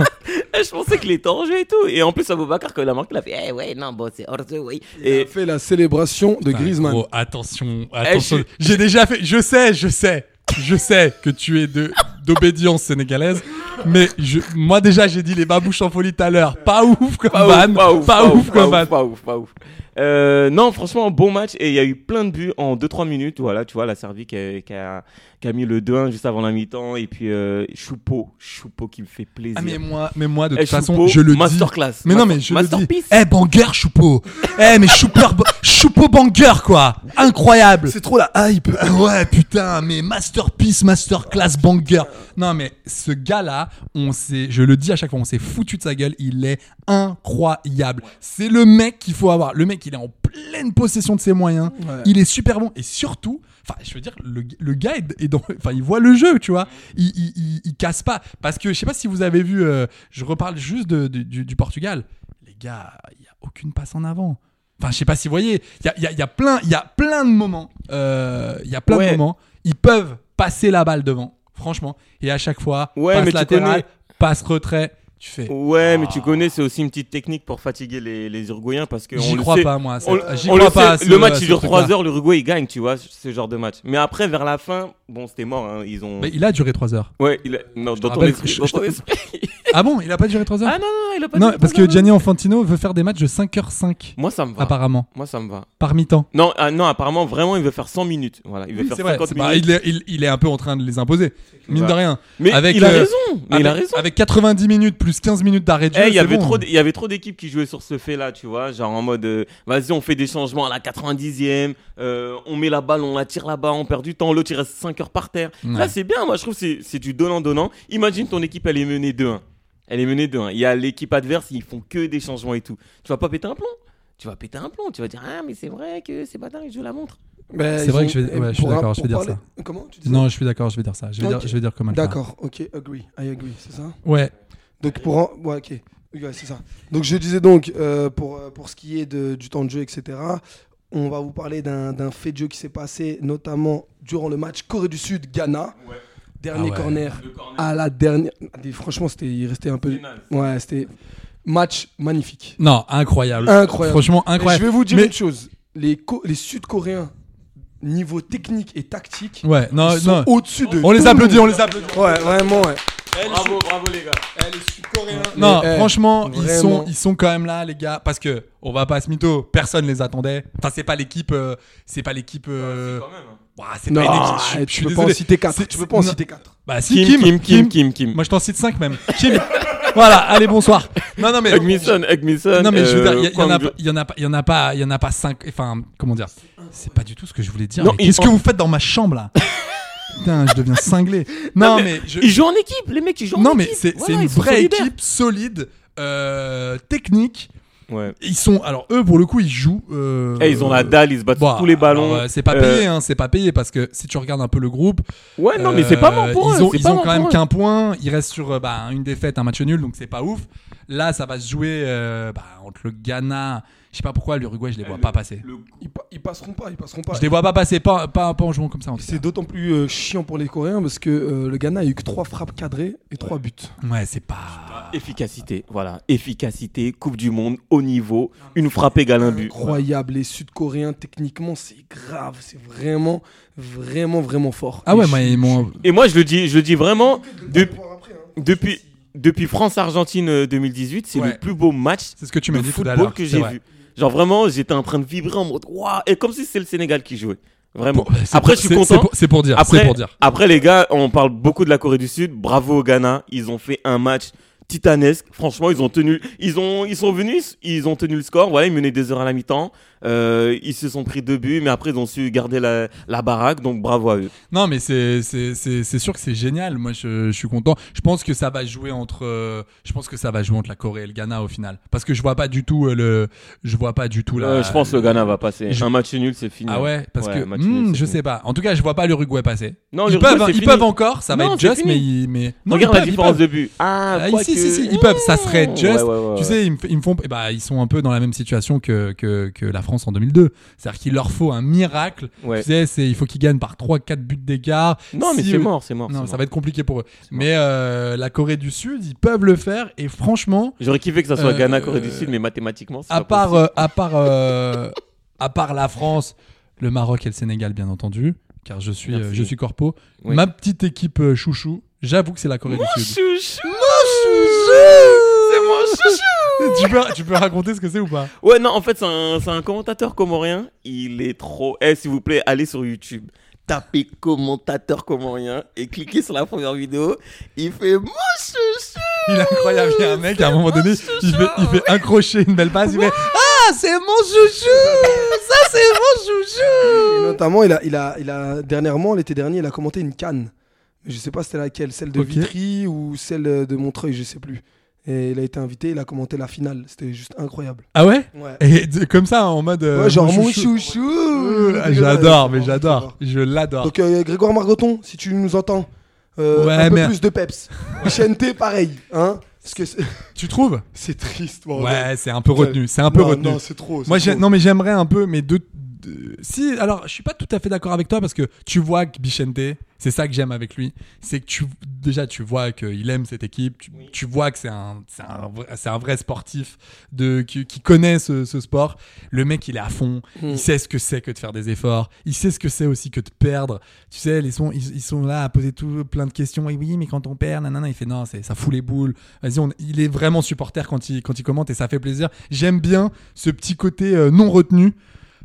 [SPEAKER 7] Eh, Je pensais qu'il était en jeu et tout. Et en plus, Aboubacar, quand il a marqué, il a fait Eh ouais, non, bon, c'est hors de oui.
[SPEAKER 9] Et fait la célébration de Griezmann.
[SPEAKER 2] Gros, attention,
[SPEAKER 7] Eh,
[SPEAKER 2] attention.
[SPEAKER 9] je-
[SPEAKER 2] J'ai déjà fait. Je sais, je sais, je sais que tu es de d'obédience sénégalaise, mais je, moi déjà j'ai dit les babouches en folie tout à l'heure. Pas ouf comme
[SPEAKER 7] Pas ouf,
[SPEAKER 2] van,
[SPEAKER 7] pas ouf, pas ouf,
[SPEAKER 2] comme
[SPEAKER 7] pas
[SPEAKER 2] van.
[SPEAKER 7] ouf, pas ouf, pas ouf. Euh, non, franchement, bon match. Et il y a eu plein de buts en 2-3 minutes. Voilà, tu vois, la Serbie qui a, qui a- qui a mis le 2-1 juste avant la mi-temps. Et puis, euh, Choupo, Choupo qui me fait plaisir.
[SPEAKER 2] Ah, mais moi, mais moi de
[SPEAKER 7] Eh,
[SPEAKER 2] toute façon,
[SPEAKER 7] Choupo,
[SPEAKER 2] je le dis.
[SPEAKER 7] Masterclass.
[SPEAKER 2] Mais non,
[SPEAKER 7] Master-
[SPEAKER 2] mais je le dis.
[SPEAKER 7] masterpiece.
[SPEAKER 2] Eh, banger, choupo. Eh, mais chouper, choupo banger, quoi. Incroyable. C'est
[SPEAKER 9] trop la hype.
[SPEAKER 2] ouais, putain, mais masterpiece, masterclass, banger. Non, mais ce gars-là, on s'est, je le dis à chaque fois, on s'est foutu de sa gueule. Il est incroyable. C'est le mec qu'il faut avoir. Le mec, il est en pleine possession de ses moyens.
[SPEAKER 9] Ouais.
[SPEAKER 2] Il est super bon. Et surtout, enfin, je veux dire, le, le gars est, est dans, enfin, il voit le jeu, tu vois. Il, il, il- il casse pas. Parce que je sais pas si vous avez vu, euh, je reparle juste de- de- du, du Portugal. Les gars, il y a aucune passe en avant. Enfin, je sais pas si vous voyez, il y a, il y a- il y a plein, il y a plein de moments. euh, Il y a plein
[SPEAKER 7] Ouais.
[SPEAKER 2] de moments. Ils peuvent passer la balle devant, franchement. Et à chaque fois,
[SPEAKER 7] Ouais, mais
[SPEAKER 2] passe
[SPEAKER 7] tu
[SPEAKER 2] latérale,
[SPEAKER 7] connais.
[SPEAKER 2] passe retrait. Tu fais.
[SPEAKER 7] Ouais, mais
[SPEAKER 2] Ah.
[SPEAKER 7] tu connais, c'est aussi une petite technique pour fatiguer les, les Uruguayens parce que
[SPEAKER 2] J'y
[SPEAKER 7] on le
[SPEAKER 2] crois
[SPEAKER 7] sait-
[SPEAKER 2] pas, moi, à
[SPEAKER 7] on-
[SPEAKER 2] cette- j'y
[SPEAKER 7] on le
[SPEAKER 2] crois pas
[SPEAKER 7] sait,
[SPEAKER 2] à ce-
[SPEAKER 7] le match
[SPEAKER 2] à
[SPEAKER 7] il
[SPEAKER 2] ce
[SPEAKER 7] dure 3
[SPEAKER 2] truc-là.
[SPEAKER 7] heures, l'Uruguay il gagne, tu vois, ce genre de match. Mais après, vers la fin, bon, c'était mort. hein, ils ont.
[SPEAKER 2] Mais il a duré 3 heures.
[SPEAKER 7] Ouais, il a... non, dans ton
[SPEAKER 2] rappelle-
[SPEAKER 7] esprit.
[SPEAKER 2] je-
[SPEAKER 7] dans
[SPEAKER 2] je-
[SPEAKER 7] ton esprit.
[SPEAKER 2] Ah bon, il a pas duré 3 heures
[SPEAKER 7] Ah non, non, il a pas
[SPEAKER 2] Non,
[SPEAKER 7] duré
[SPEAKER 2] parce
[SPEAKER 7] trois
[SPEAKER 2] que
[SPEAKER 7] heures.
[SPEAKER 2] Gianni Infantino veut faire des matchs de 5h05.
[SPEAKER 7] Moi ça me va.
[SPEAKER 2] Apparemment.
[SPEAKER 7] Moi ça me va.
[SPEAKER 2] Par mi-temps.
[SPEAKER 7] Non, ah, non, apparemment vraiment il veut faire 100 minutes. Voilà, il veut
[SPEAKER 2] Oui,
[SPEAKER 7] faire
[SPEAKER 2] c'est vrai,
[SPEAKER 7] 50
[SPEAKER 2] c'est
[SPEAKER 7] minutes.
[SPEAKER 2] pas- il, est, il- il est un peu en train de les imposer, mine
[SPEAKER 7] Bah.
[SPEAKER 2] de rien.
[SPEAKER 7] Mais
[SPEAKER 2] avec,
[SPEAKER 7] il a
[SPEAKER 2] euh,
[SPEAKER 7] raison, mais il a
[SPEAKER 2] avec-
[SPEAKER 7] raison.
[SPEAKER 2] Avec 90 minutes plus 15 minutes d'arrêt de jeu,
[SPEAKER 7] Eh, il y
[SPEAKER 2] c'est
[SPEAKER 7] avait
[SPEAKER 2] bon.
[SPEAKER 7] trop d- il y avait trop d'équipes qui jouaient sur ce fait-là, tu vois, genre en mode euh, vas-y, on fait des changements à la 90e, euh, on met la balle, on la tire là-bas, on perd du temps, l'autre il reste 5 heures par terre.
[SPEAKER 2] Ouais.
[SPEAKER 7] Là, c'est bien, moi je trouve que c'est c'est du donnant donnant. Imagine ton équipe elle est menée 2-1. Elle est menée 2-1. Il y a l'équipe adverse, ils font que des changements et tout. Tu vas pas péter un plomb. Tu vas péter un plomb, tu vas dire ah mais c'est vrai que ces bâtards ils jouent la montre.
[SPEAKER 9] Ben,
[SPEAKER 2] C'est
[SPEAKER 9] ils
[SPEAKER 2] vrai
[SPEAKER 9] ont-
[SPEAKER 2] que je, vais-
[SPEAKER 9] eh,
[SPEAKER 2] ouais, je suis
[SPEAKER 9] pour un-
[SPEAKER 2] d'accord, je
[SPEAKER 9] pour
[SPEAKER 2] vais dire
[SPEAKER 9] parler-
[SPEAKER 2] ça.
[SPEAKER 9] Comment tu dis ça
[SPEAKER 2] Non, je suis d'accord, je vais dire ça. Je vais,
[SPEAKER 9] Ok.
[SPEAKER 2] dire, je vais dire comment
[SPEAKER 9] D'accord, ok, agree, I agree, c'est ça
[SPEAKER 2] Ouais.
[SPEAKER 9] Donc pour en- ouais, ok, Ouais, c'est ça. Donc je disais donc euh, pour euh, pour ce qui est de- du temps de jeu, etc. On va vous parler d'un d'un fait de jeu qui s'est passé notamment durant le match Corée du Sud Ghana. Dernier
[SPEAKER 2] Ah ouais.
[SPEAKER 9] corner, à la dernière. ah, Franchement, c'était il restait un peu. Ouais, c'était match magnifique.
[SPEAKER 2] Non, incroyable.
[SPEAKER 9] Incroyable.
[SPEAKER 2] Franchement,
[SPEAKER 9] Et
[SPEAKER 2] incroyable.
[SPEAKER 9] je vais vous dire
[SPEAKER 2] Mais-
[SPEAKER 9] une chose. Les, Co- les Sud-Coréens, niveau technique et tactique,
[SPEAKER 2] Ouais, non,
[SPEAKER 9] ils sont
[SPEAKER 2] non.
[SPEAKER 9] au-dessus de.
[SPEAKER 2] On les
[SPEAKER 9] tout le
[SPEAKER 2] applaudit,
[SPEAKER 9] monde.
[SPEAKER 2] on les applaudit.
[SPEAKER 9] Ouais, vraiment, ouais.
[SPEAKER 7] Bravo, bravo les gars.
[SPEAKER 2] Non,
[SPEAKER 9] Mais, eh,
[SPEAKER 2] franchement, ils
[SPEAKER 9] vraiment.
[SPEAKER 2] sont, ils sont quand même là, les gars, parce que on va pas se mytho, personne les attendait. Enfin, c'est pas l'équipe, euh, c'est pas l'équipe. euh, Ouah, c'est pas
[SPEAKER 9] Non,
[SPEAKER 2] une équipe. je suis-
[SPEAKER 9] tu
[SPEAKER 2] je suis
[SPEAKER 9] peux pas en
[SPEAKER 2] désolé.
[SPEAKER 9] citer quatre,
[SPEAKER 2] C'est-
[SPEAKER 9] tu peux pas en
[SPEAKER 2] c'est-
[SPEAKER 9] citer quatre.
[SPEAKER 2] Bah si,
[SPEAKER 7] Kim, Kim,
[SPEAKER 2] Kim,
[SPEAKER 7] Kim, Kim, Kim.
[SPEAKER 2] Moi, je t'en cite 5 même. Kim. voilà, allez, bonsoir. Non, non, mais.
[SPEAKER 7] Hugminson, Hugminson,
[SPEAKER 2] Non mais je veux dire,
[SPEAKER 7] euh,
[SPEAKER 2] il y, a- il y en
[SPEAKER 7] Kwang-
[SPEAKER 2] a pas- il y en a pas, il y en a pas, il y en a pas cinq. Enfin, comment dire C'est pas du tout ce que je voulais dire.
[SPEAKER 7] Non,
[SPEAKER 2] mais
[SPEAKER 7] il-
[SPEAKER 2] Qu'est-ce que
[SPEAKER 7] on-
[SPEAKER 2] vous faites dans ma chambre là Putain, je deviens cinglé. Non, mais, je-
[SPEAKER 7] Ils jouent en équipe, les mecs ils jouent
[SPEAKER 2] non
[SPEAKER 7] en
[SPEAKER 2] mais
[SPEAKER 7] équipe.
[SPEAKER 2] c'est
[SPEAKER 7] Voilà,
[SPEAKER 2] c'est une
[SPEAKER 7] ils sont
[SPEAKER 2] vraie
[SPEAKER 7] solidaires.
[SPEAKER 2] équipe solide, euh, technique.
[SPEAKER 7] Ouais.
[SPEAKER 2] Ils sont alors eux pour le coup ils jouent. euh,
[SPEAKER 7] Eh, ils ont la dalle, ils se battent sur
[SPEAKER 2] bah,
[SPEAKER 7] tous les ballons.
[SPEAKER 2] alors, euh, c'est pas
[SPEAKER 7] Euh,
[SPEAKER 2] payé, hein, c'est pas payé parce que si tu regardes un peu le groupe.
[SPEAKER 7] Ouais, non, mais c'est pas bon pour
[SPEAKER 2] Euh, ils
[SPEAKER 7] eux,
[SPEAKER 2] Ont,
[SPEAKER 7] c'est
[SPEAKER 2] ils
[SPEAKER 7] pas
[SPEAKER 2] ont
[SPEAKER 7] bon
[SPEAKER 2] quand même
[SPEAKER 7] pour eux.
[SPEAKER 2] qu'un point. Ils restent sur euh, bah, une défaite, un match nul, donc c'est pas ouf. Là, ça va se jouer euh, bah, entre le Ghana. Je sais pas pourquoi l'Uruguay, je
[SPEAKER 7] Eh,
[SPEAKER 2] les vois pas passer.
[SPEAKER 9] Ils, pa- ils passeront pas, ils passeront pas.
[SPEAKER 2] Je les vois pas passer, pas, pas, pas en jouant comme ça. En tout
[SPEAKER 9] C'est d'autant plus euh, chiant pour les Coréens parce que euh, le Ghana a eu que trois frappes cadrées et trois buts.
[SPEAKER 2] cas. Ouais, c'est pas.
[SPEAKER 7] Efficacité, voilà. Efficacité, Coupe du Monde, haut niveau, une frappe égale un but.
[SPEAKER 9] Incroyable, les Sud-Coréens techniquement c'est grave, c'est vraiment, vraiment, vraiment fort.
[SPEAKER 2] Ah
[SPEAKER 9] Et
[SPEAKER 2] ouais,
[SPEAKER 9] je-
[SPEAKER 2] moi, ils m'ont.
[SPEAKER 7] Et moi, je le dis, je le dis vraiment, depuis,
[SPEAKER 9] hein.
[SPEAKER 7] depuis, depuis France-Argentine euh, 2018, c'est
[SPEAKER 2] Ouais.
[SPEAKER 7] le plus beau match
[SPEAKER 2] C'est ce que tu m'as
[SPEAKER 7] de
[SPEAKER 2] dit tout à
[SPEAKER 7] football
[SPEAKER 2] l'heure,
[SPEAKER 7] que
[SPEAKER 2] c'est
[SPEAKER 7] j'ai
[SPEAKER 2] vrai.
[SPEAKER 7] vu. Genre vraiment, j'étais en train de vibrer en mode waouh, et comme si c'était le Sénégal qui jouait. Vraiment.
[SPEAKER 2] Pour- c'est
[SPEAKER 7] Après,
[SPEAKER 2] pour-
[SPEAKER 7] je suis
[SPEAKER 2] c'est-
[SPEAKER 7] content.
[SPEAKER 2] c'est pour- c'est pour dire,
[SPEAKER 7] Après,
[SPEAKER 2] c'est pour dire.
[SPEAKER 7] Après, les gars, on parle beaucoup de la Corée du Sud. Bravo au Ghana. Ils ont fait un match titanesque. Franchement, ils ont tenu, ils ont, ils sont venus, ils ont tenu le score. Voilà, ils menaient deux heures à la mi-temps. Euh, ils se sont pris deux buts, mais après, ils ont su garder la, la baraque. Donc, bravo à eux.
[SPEAKER 2] Non, mais c'est c'est- c'est c'est sûr que c'est génial. Moi, je, je suis content. Je pense que ça va jouer entre. euh, Je pense que ça va jouer entre la Corée et le Ghana au final, parce que je vois pas du tout euh, le. Je vois pas du tout la.
[SPEAKER 7] Euh, je pense que le Ghana va passer.
[SPEAKER 2] Je-
[SPEAKER 7] Un match nul, c'est fini.
[SPEAKER 2] Ah ouais, parce que
[SPEAKER 7] un match nul,
[SPEAKER 2] hmm,
[SPEAKER 7] c'est
[SPEAKER 2] je
[SPEAKER 7] fini.
[SPEAKER 2] sais pas. En tout cas, je vois pas l'Uruguay passer.
[SPEAKER 7] Non,
[SPEAKER 2] ils
[SPEAKER 7] l'Uruguay,
[SPEAKER 2] peuvent,
[SPEAKER 7] c'est
[SPEAKER 2] ils
[SPEAKER 7] fini.
[SPEAKER 2] peuvent encore. Ça va
[SPEAKER 7] Non,
[SPEAKER 2] être
[SPEAKER 7] c'est
[SPEAKER 2] juste,
[SPEAKER 7] fini.
[SPEAKER 2] mais, ils- mais non,
[SPEAKER 7] Regarde
[SPEAKER 2] ils
[SPEAKER 7] la
[SPEAKER 2] peuvent, ils
[SPEAKER 7] différence
[SPEAKER 2] peuvent.
[SPEAKER 7] de but. Ah,
[SPEAKER 2] Ah,
[SPEAKER 7] quoi
[SPEAKER 2] ici,
[SPEAKER 7] que-
[SPEAKER 2] si, si, ils peuvent. Ça serait
[SPEAKER 7] Mmh.
[SPEAKER 2] just.
[SPEAKER 7] Ouais, ouais, ouais,
[SPEAKER 2] tu sais, ils me, ils me font. eh ben, ils sont un peu dans la même situation que, que, que la France en 2002. C'est-à-dire qu'il leur faut un miracle.
[SPEAKER 7] Ouais.
[SPEAKER 2] Tu sais, c'est- il faut qu'ils gagnent par 3-4 buts d'écart.
[SPEAKER 7] Non, mais
[SPEAKER 2] Si-
[SPEAKER 7] c'est mort, c'est mort,
[SPEAKER 2] Non,
[SPEAKER 7] c'est
[SPEAKER 2] ça
[SPEAKER 7] mort.
[SPEAKER 2] va être compliqué pour eux. Mais euh, la Corée du Sud, ils peuvent le faire. Et franchement.
[SPEAKER 7] J'aurais kiffé que ça soit
[SPEAKER 2] euh,
[SPEAKER 7] Ghana, Corée du Sud, mais mathématiquement, c'est
[SPEAKER 2] à
[SPEAKER 7] pas
[SPEAKER 2] part,
[SPEAKER 7] possible.
[SPEAKER 2] euh, à part, euh, à part la France, le Maroc et le Sénégal, bien entendu, car je suis,
[SPEAKER 7] Merci.
[SPEAKER 2] euh, je suis corpo.
[SPEAKER 7] Oui.
[SPEAKER 2] Ma petite équipe euh, chouchou, j'avoue que c'est la Corée du Sud.
[SPEAKER 7] chouchou
[SPEAKER 1] C'est mon
[SPEAKER 2] tu, peux, tu peux raconter ce que c'est ou pas
[SPEAKER 7] Ouais, non, en fait, c'est un, c'est un commentateur comorien. Il est trop. Eh, s'il vous plaît, allez sur YouTube. Tapez commentateur comorien et cliquez sur la première vidéo. Il fait mon chouchou
[SPEAKER 2] Il est incroyable. Il y a un mec, à un moment donné, il fait, il fait un crochet, une belle passe, il fait Ah, c'est mon chouchou Ça, c'est mon chouchou
[SPEAKER 9] Et notamment, il a, il a, il a, dernièrement, l'été dernier, il a commenté une canne. Mais je sais pas c'était laquelle, celle de
[SPEAKER 2] Ok.
[SPEAKER 9] Vitry ou celle euh, de Montreuil, je sais plus. Et il a été invité, il a commenté la finale. C'était juste incroyable.
[SPEAKER 2] Ah ouais,
[SPEAKER 9] Ouais.
[SPEAKER 2] Et d- comme ça, en mode. euh,
[SPEAKER 9] Ouais, genre
[SPEAKER 2] mon
[SPEAKER 9] mon chouchou.
[SPEAKER 2] Ah, J'adore, mais j'adore. Je l'adore.
[SPEAKER 9] Donc euh, Grégoire Margoton, si tu nous entends, euh,
[SPEAKER 2] Ouais,
[SPEAKER 9] un peu
[SPEAKER 2] mais-
[SPEAKER 9] plus de peps. HNT, pareil, hein Parce que c'est-
[SPEAKER 2] Tu trouves
[SPEAKER 9] c'est triste.
[SPEAKER 2] Ouais, c'est un peu retenu. C'est un peu
[SPEAKER 9] Non,
[SPEAKER 2] retenu.
[SPEAKER 9] non, c'est trop, c'est
[SPEAKER 2] Moi, j'ai-
[SPEAKER 9] trop.
[SPEAKER 2] non, mais j'aimerais un peu, mais de, de- Si, alors, je suis pas tout à fait d'accord avec toi parce que tu vois que Bichente, c'est ça que j'aime avec lui, c'est que tu déjà tu vois qu'il aime cette équipe, tu, tu vois que c'est un, c'est un, vrai- c'est un vrai sportif de qui, qui connaît ce, ce sport. Le mec, il est à fond.
[SPEAKER 9] Hmm.
[SPEAKER 2] Il sait ce que c'est que de faire des efforts. Il sait ce que c'est aussi que de perdre. Tu sais, ils sont, ils, ils sont là à poser tout plein de questions. Et oui, mais quand on perd, nanana, il fait non, c'est- ça fout les boules. Vas-y, on- il est vraiment supporter quand il, quand il commente et ça fait plaisir. J'aime bien ce petit côté euh, non retenu.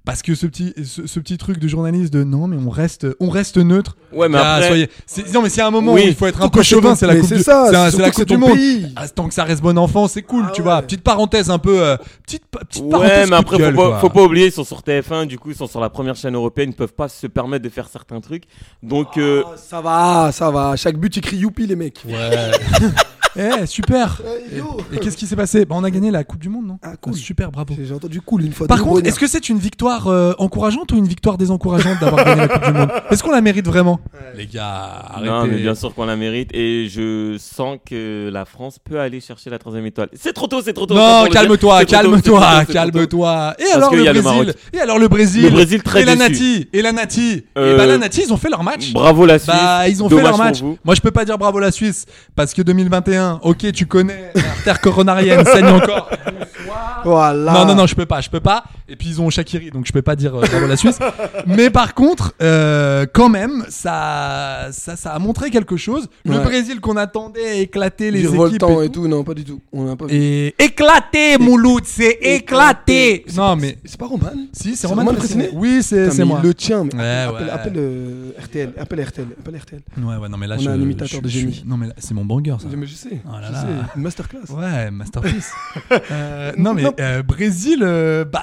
[SPEAKER 2] Parce que ce petit, ce, ce petit truc de journaliste de non, mais on reste, on reste neutre. Ah,
[SPEAKER 7] Ouais, mais après-
[SPEAKER 2] c'est- non, mais c'est un moment
[SPEAKER 7] Oui.
[SPEAKER 2] où il faut être un
[SPEAKER 9] Surtout
[SPEAKER 2] peu
[SPEAKER 9] que c'est
[SPEAKER 2] chauvin.
[SPEAKER 9] ton-
[SPEAKER 2] C'est la
[SPEAKER 9] mais
[SPEAKER 2] coupe
[SPEAKER 9] c'est
[SPEAKER 2] du,
[SPEAKER 9] ça,
[SPEAKER 2] un-
[SPEAKER 9] surtout
[SPEAKER 2] la
[SPEAKER 9] que
[SPEAKER 2] coupe
[SPEAKER 9] c'est
[SPEAKER 2] du
[SPEAKER 9] ton
[SPEAKER 2] monde.
[SPEAKER 9] pays.
[SPEAKER 2] Ah, tant que ça reste bon enfant, c'est
[SPEAKER 9] Ah
[SPEAKER 2] cool, tu vois. Petite parenthèse un peu, euh, petite, pa- petite parenthèse.
[SPEAKER 7] Ouais, mais
[SPEAKER 2] coup de
[SPEAKER 7] après,
[SPEAKER 2] gueule,
[SPEAKER 7] faut,
[SPEAKER 2] quoi.
[SPEAKER 7] pas, faut pas oublier, ils sont sur TF1, du coup, ils sont sur la première chaîne européenne, ils peuvent pas se permettre de faire certains trucs. Donc, euh,
[SPEAKER 9] Ah, Ça va, ça va. À Chaque but, il crie youpi, les mecs.
[SPEAKER 2] Ouais. Eh, super.
[SPEAKER 9] Eh, yo.
[SPEAKER 2] Et qu'est-ce qui s'est passé Bah, On a gagné la Coupe du Monde, non
[SPEAKER 9] Ah, cool.
[SPEAKER 2] Super, bravo.
[SPEAKER 9] J'ai entendu cool une fois.
[SPEAKER 2] Par
[SPEAKER 9] deux
[SPEAKER 2] contre,
[SPEAKER 9] bonheurs.
[SPEAKER 2] est-ce que c'est une victoire euh, encourageante ou une victoire désencourageante d'avoir gagné la Coupe du Monde Est-ce qu'on la mérite vraiment Les gars, arrêtez.
[SPEAKER 7] non, mais bien sûr qu'on la mérite. Et je sens que la France peut aller chercher la troisième étoile. C'est trop tôt, c'est trop tôt.
[SPEAKER 2] Non,
[SPEAKER 7] c'est trop tôt,
[SPEAKER 2] calme-toi,
[SPEAKER 7] c'est trop tôt, c'est trop tôt, c'est
[SPEAKER 2] calme-toi,
[SPEAKER 7] trop tôt.
[SPEAKER 2] calme-toi. Et
[SPEAKER 7] Parce
[SPEAKER 2] alors
[SPEAKER 7] qu'il
[SPEAKER 2] le
[SPEAKER 7] y a le
[SPEAKER 2] Brésil
[SPEAKER 7] Maroc.
[SPEAKER 2] Et alors le Brésil
[SPEAKER 7] Le Brésil, très
[SPEAKER 2] Et la
[SPEAKER 7] déçu.
[SPEAKER 2] Nati Et la Nati Et
[SPEAKER 7] Euh,
[SPEAKER 2] bah la Nati, ils ont fait leur match.
[SPEAKER 7] Bravo la Suisse.
[SPEAKER 2] Bah, ils ont
[SPEAKER 7] Dommage
[SPEAKER 2] fait leur
[SPEAKER 7] pour
[SPEAKER 2] match.
[SPEAKER 7] vous.
[SPEAKER 2] Moi, je peux pas dire bravo la Suisse parce que 2021, ok, tu connais l'artère coronarienne saigne encore.
[SPEAKER 9] Voilà.
[SPEAKER 2] Non, non, non, je peux pas, je peux pas. Et puis ils ont Shakiri, donc je peux pas dire euh, bravo la Suisse. Mais par contre, euh, quand même, ça, ça, ça a montré quelque chose. Le
[SPEAKER 9] Ouais.
[SPEAKER 2] Brésil qu'on attendait éclater les
[SPEAKER 9] Du
[SPEAKER 2] équipes.
[SPEAKER 9] revoltant
[SPEAKER 2] et
[SPEAKER 9] et tout, non, pas du tout. On n'a pas vu.
[SPEAKER 2] et éclaté Mouloud, c'est éclaté.
[SPEAKER 9] C'est
[SPEAKER 2] Non
[SPEAKER 9] pas-
[SPEAKER 2] mais
[SPEAKER 9] C'est pas Roman
[SPEAKER 2] si, c'est
[SPEAKER 9] C'est
[SPEAKER 2] Roman
[SPEAKER 9] Roman
[SPEAKER 2] Frécinet.
[SPEAKER 9] Frécinet
[SPEAKER 2] Oui, c'est
[SPEAKER 9] Putain,
[SPEAKER 2] c'est
[SPEAKER 9] mais
[SPEAKER 2] moi.
[SPEAKER 9] Le tien, mais
[SPEAKER 2] Ouais,
[SPEAKER 9] appelle,
[SPEAKER 2] ouais.
[SPEAKER 9] appelle, euh, RTL, appelle RTL, appelle RTL.
[SPEAKER 2] Ouais, ouais, non mais là
[SPEAKER 9] On
[SPEAKER 2] je
[SPEAKER 9] a un imitateur
[SPEAKER 2] je-
[SPEAKER 9] de
[SPEAKER 2] je-
[SPEAKER 9] génie.
[SPEAKER 2] je- Non mais là, c'est mon banger ça.
[SPEAKER 9] Mais je sais,
[SPEAKER 2] Oh là
[SPEAKER 9] je
[SPEAKER 2] là.
[SPEAKER 9] sais, une masterclass.
[SPEAKER 2] Ouais, masterpiece. Euh, non mais
[SPEAKER 9] Non.
[SPEAKER 2] euh, Brésil, euh, bah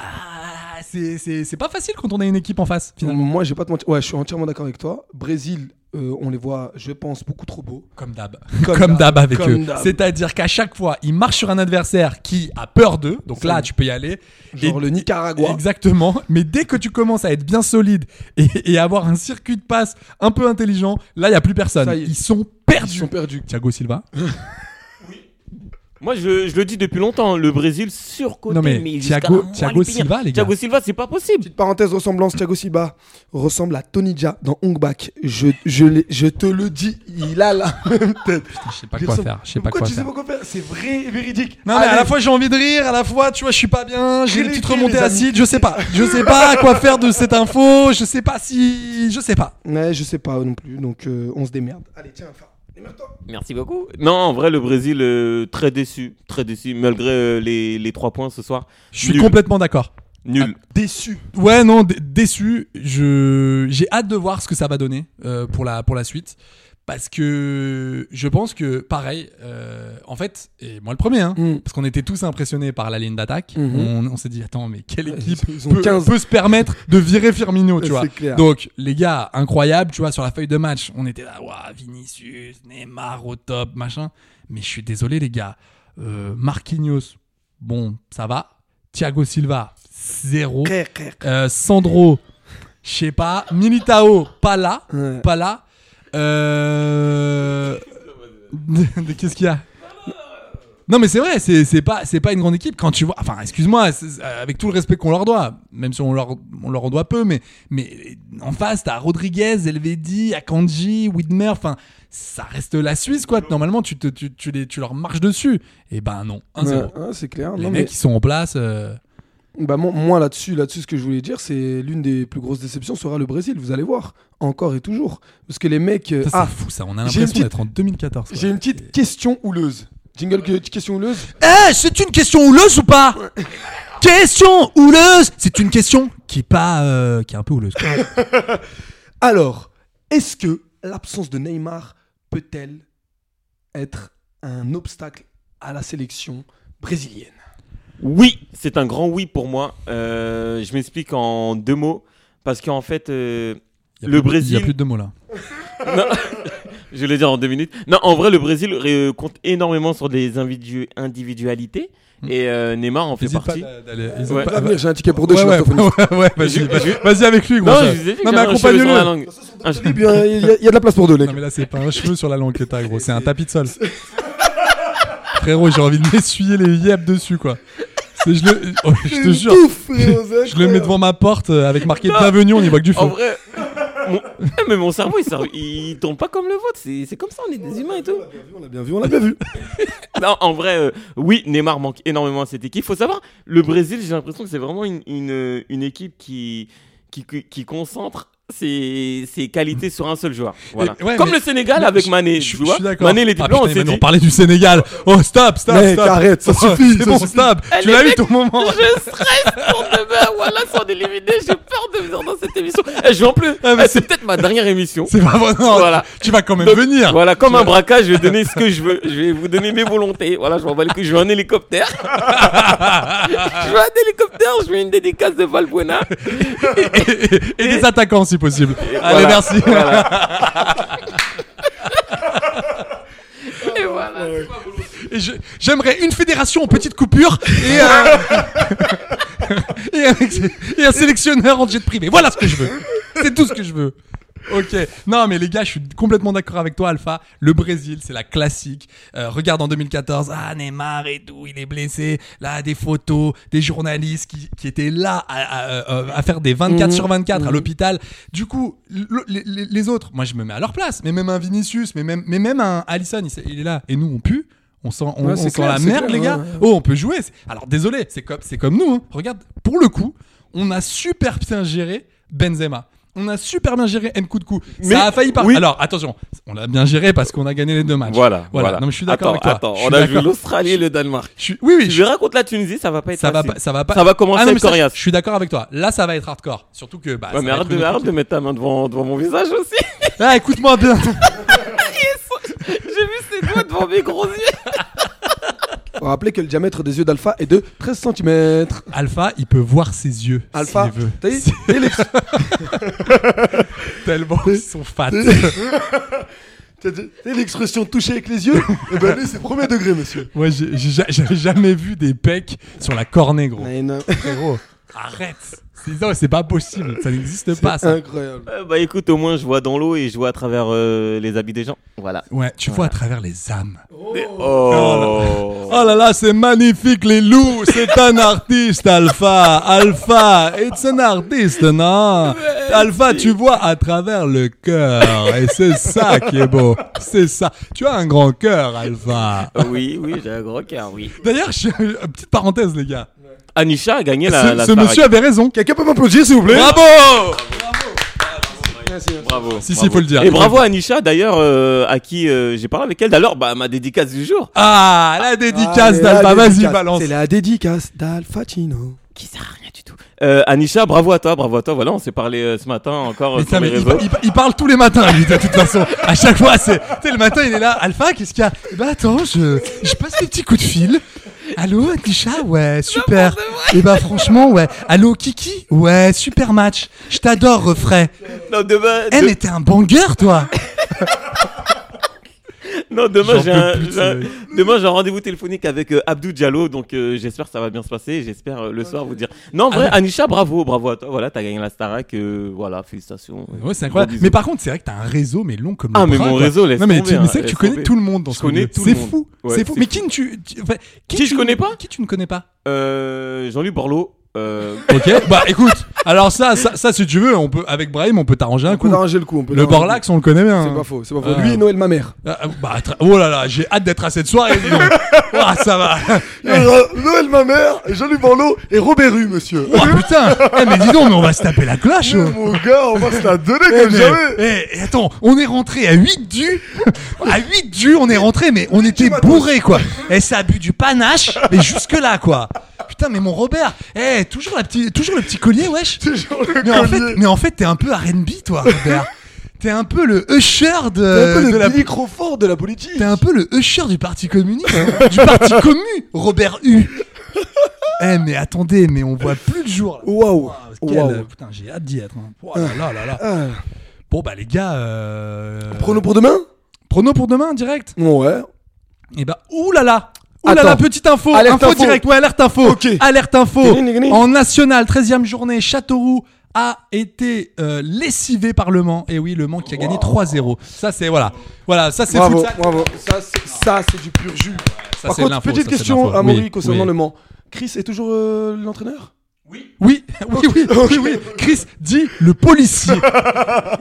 [SPEAKER 2] c'est- c'est c'est pas facile quand on a une équipe en face finalement.
[SPEAKER 9] Moi, j'ai pas de mentir. Ouais, je suis entièrement d'accord avec toi. Brésil, euh, on les voit, je pense, beaucoup trop beaux.
[SPEAKER 2] Comme d'hab.
[SPEAKER 9] Comme
[SPEAKER 2] Comme
[SPEAKER 9] d'hab.
[SPEAKER 2] d'hab avec
[SPEAKER 9] Comme
[SPEAKER 2] eux.
[SPEAKER 9] d'hab.
[SPEAKER 2] C'est-à-dire qu'à chaque fois, ils marchent sur un adversaire qui a peur d'eux. Donc là,
[SPEAKER 9] vrai.
[SPEAKER 2] tu peux y aller.
[SPEAKER 9] Genre le Nicaragua.
[SPEAKER 2] Exactement. Mais dès que tu commences à être bien solide et, et avoir un circuit de passe un peu intelligent, là, il n'y a plus personne.
[SPEAKER 9] Ça y est.
[SPEAKER 2] Ils sont perdus.
[SPEAKER 9] Ils sont perdus.
[SPEAKER 2] Thiago Silva.
[SPEAKER 7] Moi, je, je le dis depuis longtemps, le Brésil surcoté.
[SPEAKER 2] Non, mais
[SPEAKER 7] jusqu'à
[SPEAKER 2] Thiago-
[SPEAKER 7] moins
[SPEAKER 2] Thiago
[SPEAKER 7] les pires.
[SPEAKER 2] Silva, les gars.
[SPEAKER 7] Thiago Silva, c'est pas possible.
[SPEAKER 9] Petite parenthèse ressemblance, Thiago Silva ressemble à Tony Jaa dans Ongbak. Je, je, l'ai- je te le dis, il a la même tête.
[SPEAKER 2] Ah, Je sais pas quoi faire. Je sais pas
[SPEAKER 9] Pourquoi
[SPEAKER 2] quoi
[SPEAKER 9] tu
[SPEAKER 2] faire.
[SPEAKER 9] sais pas quoi faire C'est vrai, véridique.
[SPEAKER 2] Non, mais à
[SPEAKER 9] Allez.
[SPEAKER 2] la fois j'ai envie de rire, à la fois tu vois, je suis pas bien, j'ai une
[SPEAKER 9] Cliquez,
[SPEAKER 2] petite remontée
[SPEAKER 9] les amis.
[SPEAKER 2] acide, je sais pas. Je sais pas quoi faire de cette info, je sais pas si. Je sais pas.
[SPEAKER 9] Ouais, je sais pas non plus, donc euh, on se démerde. Allez, tiens, enfin, démerde-toi.
[SPEAKER 7] Merci beaucoup. Non, en vrai, le Brésil, euh, très déçu. Très déçu, malgré euh, les, les trois points ce soir.
[SPEAKER 2] Je suis
[SPEAKER 7] Nul.
[SPEAKER 2] complètement d'accord.
[SPEAKER 7] Nul.
[SPEAKER 2] Ah.
[SPEAKER 9] Déçu.
[SPEAKER 2] Ouais, non, dé- déçu. Je j'ai hâte de voir ce que ça va donner euh, pour la pour la suite. Parce que je pense que pareil, euh, en fait, et moi le premier, hein,
[SPEAKER 9] Mm.
[SPEAKER 2] parce qu'on était tous impressionnés par la ligne d'attaque.
[SPEAKER 9] Mhm.
[SPEAKER 2] On, on s'est dit attends mais quelle équipe
[SPEAKER 9] ils ont
[SPEAKER 2] peut,
[SPEAKER 9] 15.
[SPEAKER 2] peut se permettre de virer Firmino, tu
[SPEAKER 9] C'est
[SPEAKER 2] vois.
[SPEAKER 9] clair.
[SPEAKER 2] Donc les gars, incroyable, tu vois, sur la feuille de match, on était là, Ouah, Vinicius, Neymar au top, machin. Mais je suis désolé les gars, Euh, Marquinhos, bon, ça va. Thiago Silva, zéro.
[SPEAKER 9] Crère, crère.
[SPEAKER 2] Euh, Sandro, je sais pas. Militao, pas là.
[SPEAKER 9] Ouais.
[SPEAKER 2] Pas là. Euh... Qu'est-ce qu'il y a Non mais c'est vrai, c'est c'est pas c'est pas une grande équipe quand tu vois. Enfin, excuse-moi, c'est- euh, avec tout le respect qu'on leur doit, même si on leur on leur en doit peu, mais mais en face t'as Rodriguez, Elvedi, Akanji, Widmer. Enfin, ça reste la Suisse quoi. Normalement tu te tu, tu les tu leur marches dessus. Et ben non, 1-0.
[SPEAKER 9] Ouais, hein, c'est clair.
[SPEAKER 2] Les
[SPEAKER 9] Non,
[SPEAKER 2] mecs
[SPEAKER 9] mais-
[SPEAKER 2] qui sont en place. euh,
[SPEAKER 9] Bah, mon- moi là-dessus, là-dessus, ce que je voulais dire, c'est l'une des plus grosses déceptions sera le Brésil. Vous allez voir, encore et toujours, parce que les mecs. euh,
[SPEAKER 2] Ça, c'est
[SPEAKER 9] ah,
[SPEAKER 2] fou, ça. On a
[SPEAKER 9] j'ai
[SPEAKER 2] l'impression
[SPEAKER 9] une petite-
[SPEAKER 2] d'être en 2014. quoi.
[SPEAKER 9] J'ai une petite question houleuse. Jingle que- question houleuse.
[SPEAKER 10] Eh, c'est une question houleuse ou pas Question houleuse C'est une question
[SPEAKER 2] Qui est pas euh, qui est un peu houleuse. quoi.
[SPEAKER 9] Alors, est-ce que l'absence de Neymar peut-elle être un obstacle à la sélection brésilienne
[SPEAKER 7] Oui, c'est un grand oui pour moi. Euh, je m'explique en deux mots. Parce qu'en fait, euh,
[SPEAKER 2] Y a
[SPEAKER 7] le
[SPEAKER 2] plus-
[SPEAKER 7] Brésil.
[SPEAKER 2] y a plus de deux mots, là.
[SPEAKER 7] Non, je vais le dire en deux minutes. Non, en vrai, le Brésil euh, compte énormément sur des individu- individualités. Et euh, Neymar en fait
[SPEAKER 2] Hésite Hmm. pas
[SPEAKER 7] partie.
[SPEAKER 2] d'a- d'aller- hésite
[SPEAKER 7] Ouais.
[SPEAKER 2] pas-
[SPEAKER 9] Va Ah, venir, j'ai un ticket pour deux,
[SPEAKER 2] ouais,
[SPEAKER 9] je suis
[SPEAKER 2] ouais,
[SPEAKER 9] orthophoniste.
[SPEAKER 2] ouais, ouais, vas-y,
[SPEAKER 9] Je-
[SPEAKER 2] vas-y,
[SPEAKER 9] je-
[SPEAKER 2] vas-y avec lui.
[SPEAKER 9] Non,
[SPEAKER 2] Gonzague.
[SPEAKER 9] je vous ai dit que
[SPEAKER 2] non mais
[SPEAKER 9] j'avais un cheveu sur
[SPEAKER 2] accompagne-le. Ah,
[SPEAKER 9] la langue.
[SPEAKER 7] Ah,
[SPEAKER 9] Eh bien, Il y, a- il y a de la place pour deux, les
[SPEAKER 2] Non mais là c'est pas un cheveu sur la langue que t'as gros, c'est un tapis de sol. Frérot, j'ai envie de m'essuyer les yeux dessus quoi. C'est- Je, le- oh, je te
[SPEAKER 9] Une
[SPEAKER 2] jure,
[SPEAKER 9] touffe, frérot, c'est
[SPEAKER 2] je, je le mets
[SPEAKER 9] incroyable.
[SPEAKER 2] devant ma porte euh, avec marqué bienvenue, on y voit que du feu.
[SPEAKER 7] En vrai, mon- Eh, mais mon cerveau, il, sort- il tombe pas comme le vôtre. C'est c'est comme ça, on est des humains et tout.
[SPEAKER 9] On l'a bien vu, on l'a bien vu.
[SPEAKER 7] Non, en vrai, euh, oui, Neymar manque énormément à cette équipe. Faut savoir, le Brésil, j'ai l'impression que c'est vraiment une, une, euh, une équipe qui, qui, qui- qui concentre ses, ses qualités sur un seul joueur. Voilà.
[SPEAKER 2] Et- ouais,
[SPEAKER 7] Comme
[SPEAKER 2] mais-
[SPEAKER 7] le Sénégal
[SPEAKER 2] mais
[SPEAKER 7] avec
[SPEAKER 2] je-
[SPEAKER 7] Mané.
[SPEAKER 2] je-
[SPEAKER 7] tu
[SPEAKER 2] je
[SPEAKER 7] vois
[SPEAKER 2] suis d'accord.
[SPEAKER 7] Mané, les
[SPEAKER 2] Ah,
[SPEAKER 7] diplômes, on
[SPEAKER 2] putain,
[SPEAKER 7] s'est
[SPEAKER 2] mais on
[SPEAKER 7] dit.
[SPEAKER 2] parlait du Sénégal. Oh stop, stop,
[SPEAKER 9] Mec,
[SPEAKER 2] stop.
[SPEAKER 9] arrête, ça
[SPEAKER 2] Oh,
[SPEAKER 9] suffit,
[SPEAKER 2] C'est
[SPEAKER 9] ça
[SPEAKER 2] bon,
[SPEAKER 9] suffit.
[SPEAKER 2] stop.
[SPEAKER 7] Eh,
[SPEAKER 2] Tu
[SPEAKER 7] les
[SPEAKER 2] l'as eu
[SPEAKER 7] mecs,
[SPEAKER 2] ton moment.
[SPEAKER 7] Je stresse pour demain, voilà, sans éliminer, j'ai peur de venir dans cette émission. Eh, je vais en plus,
[SPEAKER 2] Ah, mais
[SPEAKER 7] eh, c'est
[SPEAKER 2] c'est-
[SPEAKER 7] peut-être ma dernière émission.
[SPEAKER 2] C'est pas vrai. non,
[SPEAKER 7] Voilà.
[SPEAKER 2] Tu vas quand même
[SPEAKER 7] Donc,
[SPEAKER 2] venir.
[SPEAKER 7] Voilà, comme un braquage, je vais donner ce que je veux. Je vais vous donner mes volontés. Voilà, je m'en bats les couilles, je veux un hélicoptère. je veux un hélicoptère, je veux une dédicace de Valbuena.
[SPEAKER 2] Et, et des attaquants si possible. Allez,
[SPEAKER 7] voilà,
[SPEAKER 2] merci.
[SPEAKER 7] Et voilà.
[SPEAKER 2] Et je- J'aimerais une fédération en petite coupure et, euh, et, un, et un sélectionneur en jet privé. Voilà ce que je veux. C'est tout ce que je veux. Ok. Non, mais les gars, je suis complètement d'accord avec toi, Alpha. Le Brésil, c'est la classique. Euh, regarde en 2014, ah Neymar et tout, il est blessé. Là, des photos, des journalistes qui, qui étaient là à, à- à- à faire des 24
[SPEAKER 9] Mhm.
[SPEAKER 2] sur 24 à l'hôpital. Du coup, le- les, les- les autres, moi, je me mets à leur place. Mais même un Vinicius, mais même, mais même un Allison, il, s'est- il est là. Et nous, on pue. On sent, on,
[SPEAKER 9] Ouais,
[SPEAKER 2] on
[SPEAKER 9] c'est
[SPEAKER 2] sent
[SPEAKER 9] clair,
[SPEAKER 2] la
[SPEAKER 9] c'est
[SPEAKER 2] merde,
[SPEAKER 9] clair,
[SPEAKER 2] les gars.
[SPEAKER 9] ouais, ouais.
[SPEAKER 2] Oh, on peut jouer. C'est- Alors, désolé, c'est comme, c'est comme nous. hein. Regarde, pour le coup, on a super bien géré Benzema. On a super bien géré M coup de coup.
[SPEAKER 7] Mais-
[SPEAKER 2] ça a failli pas.
[SPEAKER 7] oui.
[SPEAKER 2] Alors, attention, on l'a bien géré parce qu'on a gagné les deux matchs.
[SPEAKER 7] Voilà, voilà.
[SPEAKER 2] Non, mais je suis d'accord avec toi.
[SPEAKER 7] Attends,
[SPEAKER 2] Je
[SPEAKER 7] on
[SPEAKER 2] suis
[SPEAKER 7] a joué
[SPEAKER 2] d'accord.
[SPEAKER 7] l'Australie et le Danemark.
[SPEAKER 2] Je suis- Oui, oui,
[SPEAKER 7] Tu
[SPEAKER 2] je-
[SPEAKER 7] verras contre la Tunisie, ça va pas être
[SPEAKER 2] ça va
[SPEAKER 7] facile.
[SPEAKER 2] pas, ça va pas.
[SPEAKER 7] Ça va commencer
[SPEAKER 2] Ah non,
[SPEAKER 7] à
[SPEAKER 2] mais
[SPEAKER 7] être
[SPEAKER 2] ça,
[SPEAKER 7] coriace.
[SPEAKER 2] Je suis d'accord avec toi. Là, ça va être hardcore. Surtout que. Bah, ça
[SPEAKER 7] Ouais, mais
[SPEAKER 2] va
[SPEAKER 7] arrête
[SPEAKER 2] être une
[SPEAKER 7] de,
[SPEAKER 2] autre
[SPEAKER 7] arrête de mettre ta main devant, devant mon visage aussi.
[SPEAKER 2] équipe. Ah, écoute-moi bien.
[SPEAKER 7] J'ai vu ses doigts devant mes gros yeux.
[SPEAKER 9] Faut rappeler que le diamètre des yeux d'Alpha est de 13 cm.
[SPEAKER 2] Alpha, il peut voir ses yeux.
[SPEAKER 9] Alpha,
[SPEAKER 2] s'il veut.
[SPEAKER 9] t'as dit t'as dit les-
[SPEAKER 2] Tellement ils sont fat.
[SPEAKER 9] t'as dit- t'as dit l'expression toucher avec les yeux Eh ben lui, c'est premier degré, monsieur.
[SPEAKER 2] Moi, j'ai- j'ai ja- j'avais jamais vu des pecs sur la cornée, gros.
[SPEAKER 9] Mais non,
[SPEAKER 2] Frérot, arrête. C'est non, c'est pas possible. Ça n'existe pas, ça.
[SPEAKER 9] Incroyable.
[SPEAKER 7] Euh, bah écoute, au moins je vois dans l'eau et je vois à travers euh, les habits des gens. Voilà.
[SPEAKER 2] Ouais, tu vois à travers les âmes.
[SPEAKER 7] Oh.
[SPEAKER 2] Oh là là, c'est magnifique, les loups. C'est un artiste, Alpha. Alpha, it's an artist, non Alpha, tu vois à travers le cœur. Et c'est ça qui est beau. C'est ça. Tu as un grand cœur, Alpha.
[SPEAKER 7] Oui, oui, j'ai un gros cœur, oui.
[SPEAKER 2] D'ailleurs, je- euh, petite parenthèse, les gars.
[SPEAKER 7] Anisha a gagné la.
[SPEAKER 2] ce
[SPEAKER 7] la
[SPEAKER 2] ce
[SPEAKER 7] Starac.
[SPEAKER 2] monsieur avait raison.
[SPEAKER 9] Quelqu'un peut m'applaudir, s'il vous plaît
[SPEAKER 2] Bravo
[SPEAKER 7] Bravo.
[SPEAKER 2] Si, si,
[SPEAKER 7] bravo.
[SPEAKER 2] faut le dire.
[SPEAKER 7] Et bravo à Anisha, d'ailleurs, euh, à qui euh, j'ai parlé avec elle. D'ailleurs, bah, ma dédicace du jour.
[SPEAKER 2] Ah, la dédicace
[SPEAKER 9] Allez, la
[SPEAKER 2] d'Alpha. Vas-y,
[SPEAKER 9] dédicace.
[SPEAKER 2] balance.
[SPEAKER 9] C'est la dédicace d'Alfatino.
[SPEAKER 7] Qui sert à rien du tout. Euh, Anisha, bravo à toi, bravo à toi. Voilà, on s'est parlé euh, ce matin encore euh,
[SPEAKER 2] Mais
[SPEAKER 7] sur
[SPEAKER 2] ça,
[SPEAKER 7] les
[SPEAKER 2] mais il,
[SPEAKER 7] réseaux.
[SPEAKER 2] il- il parle tous les matins, lui, de toute façon. À chaque fois, c'est. Tu sais, le matin, il est là. Alpha, qu'est-ce qu'il y a Eh ben, attends, je, je passe des petits coups de fil. Allô, Tisha Ouais, super. Eh ben, franchement, ouais. Allô, Kiki Ouais, super match. Je t'adore, refrain.
[SPEAKER 7] Non, demain,
[SPEAKER 2] Eh,
[SPEAKER 7] de-
[SPEAKER 2] mais t'es un banger, toi
[SPEAKER 7] Non, demain
[SPEAKER 2] J'en
[SPEAKER 7] j'ai
[SPEAKER 2] peux
[SPEAKER 7] un,
[SPEAKER 2] plus de
[SPEAKER 7] j'ai un- demain j'ai un rendez-vous téléphonique avec euh, Abdou Diallo, donc euh, j'espère que ça va bien se passer. J'espère euh, le soir vous dire. Non, en vrai,
[SPEAKER 2] Avec-
[SPEAKER 7] Anisha, bravo, bravo à toi. Voilà, t'as gagné la Starac, euh, voilà, félicitations.
[SPEAKER 2] Ouais, c'est incroyable.
[SPEAKER 7] Gros bisous.
[SPEAKER 2] Mais par contre, c'est vrai que t'as un réseau, mais long comme
[SPEAKER 7] Ah,
[SPEAKER 2] le
[SPEAKER 7] mais
[SPEAKER 2] bras,
[SPEAKER 7] mon
[SPEAKER 2] quoi.
[SPEAKER 7] réseau, laisse
[SPEAKER 2] Non, mais,
[SPEAKER 7] tomber,
[SPEAKER 2] tu- mais
[SPEAKER 7] hein,
[SPEAKER 2] c'est vrai que tu
[SPEAKER 7] laisse
[SPEAKER 2] connais
[SPEAKER 7] tomber.
[SPEAKER 2] tout le monde dans
[SPEAKER 7] Je
[SPEAKER 2] ce
[SPEAKER 7] connais
[SPEAKER 2] milieu.
[SPEAKER 7] tout le
[SPEAKER 2] C'est
[SPEAKER 7] monde.
[SPEAKER 2] fou.
[SPEAKER 7] Ouais,
[SPEAKER 2] c'est fou.
[SPEAKER 7] c'est
[SPEAKER 2] Mais
[SPEAKER 7] fou.
[SPEAKER 2] qui ne tu, tu- enfin, qui,
[SPEAKER 7] Qui je
[SPEAKER 2] tu-
[SPEAKER 7] connais pas
[SPEAKER 2] Qui tu ne connais pas
[SPEAKER 7] Euh, Jean-Luc Borloo. euh,
[SPEAKER 2] Ok, bah écoute, alors ça, ça, ça, si tu veux, on peut, avec Brahim, on peut t'arranger un coup.
[SPEAKER 9] t'arranger le coup, on peut
[SPEAKER 2] Le
[SPEAKER 9] t'arranger le
[SPEAKER 2] Borlax,
[SPEAKER 9] coup.
[SPEAKER 2] on le connaît bien.
[SPEAKER 9] C'est
[SPEAKER 2] hein.
[SPEAKER 9] pas faux, c'est pas faux.
[SPEAKER 2] Ah.
[SPEAKER 9] Lui et Noël, ma mère.
[SPEAKER 2] Ah, bah, tra- oh là là, j'ai hâte d'être à cette soirée, dis donc. Ah, ça va.
[SPEAKER 9] Euh, Noël, ma mère, Jean-Luc Borloo et Robert Rue, monsieur. Eh,
[SPEAKER 2] Oh putain Eh, Mais dis donc, mais on va se taper la cloche oh.
[SPEAKER 9] Mon gars, on va se la donner
[SPEAKER 2] Eh,
[SPEAKER 9] comme
[SPEAKER 2] mais-
[SPEAKER 9] jamais.
[SPEAKER 2] eh, et attends, on est rentré à 8 du. À 8 du, on est rentré, mais on était bourré quoi. Et ça a bu du panache, mais jusque là quoi. Putain, mais mon Robert, eh, toujours, la petite- toujours le petit collier, wesh. mais, En fait, mais en fait, t'es un peu RB, toi, Robert. T'es un peu le usher de,
[SPEAKER 9] un peu le
[SPEAKER 2] de la
[SPEAKER 9] Billy Crawford de Euh, la politique.
[SPEAKER 2] T'es un peu le usher du parti communiste, hein. du parti commu, Robert U. Eh mais attendez, mais on voit plus le jour. là.
[SPEAKER 9] Waouh. Euh.
[SPEAKER 2] Quel- euh,
[SPEAKER 9] Waouh.
[SPEAKER 2] Putain, j'ai hâte d'y être. hein. Oh là là
[SPEAKER 9] Ah.
[SPEAKER 2] là là. Bon bah les gars. Euh...
[SPEAKER 9] Prono pour demain
[SPEAKER 2] Prono pour demain direct.
[SPEAKER 9] Ouais.
[SPEAKER 2] Et bah ouh là là. Ouh là là,
[SPEAKER 9] Attends.
[SPEAKER 2] petite info,
[SPEAKER 9] Alerte
[SPEAKER 2] info,
[SPEAKER 9] info.
[SPEAKER 2] direct, ouais, alerte info,
[SPEAKER 9] Ok.
[SPEAKER 2] alerte info.
[SPEAKER 9] Gring, gring.
[SPEAKER 2] En national, 13e journée, Châteauroux a été euh, lessivé par Le Mans. Et oui, Le Mans qui a gagné 3-0. Ça c'est voilà, voilà, ça c'est
[SPEAKER 9] Bravo,
[SPEAKER 2] futsal.
[SPEAKER 9] bravo. Ça, c'est- ça, c'est du pur jus.
[SPEAKER 2] Ça,
[SPEAKER 9] Par
[SPEAKER 2] c'est
[SPEAKER 9] contre,
[SPEAKER 2] l'info,
[SPEAKER 9] petite
[SPEAKER 2] ça, c'est
[SPEAKER 9] question
[SPEAKER 2] l'info.
[SPEAKER 9] à Maury
[SPEAKER 2] Oui,
[SPEAKER 9] concernant
[SPEAKER 2] oui.
[SPEAKER 9] le Mans. Chris est toujours euh, l'entraîneur
[SPEAKER 2] Oui, oui, oui, oui, oui. Chris dit le policier. là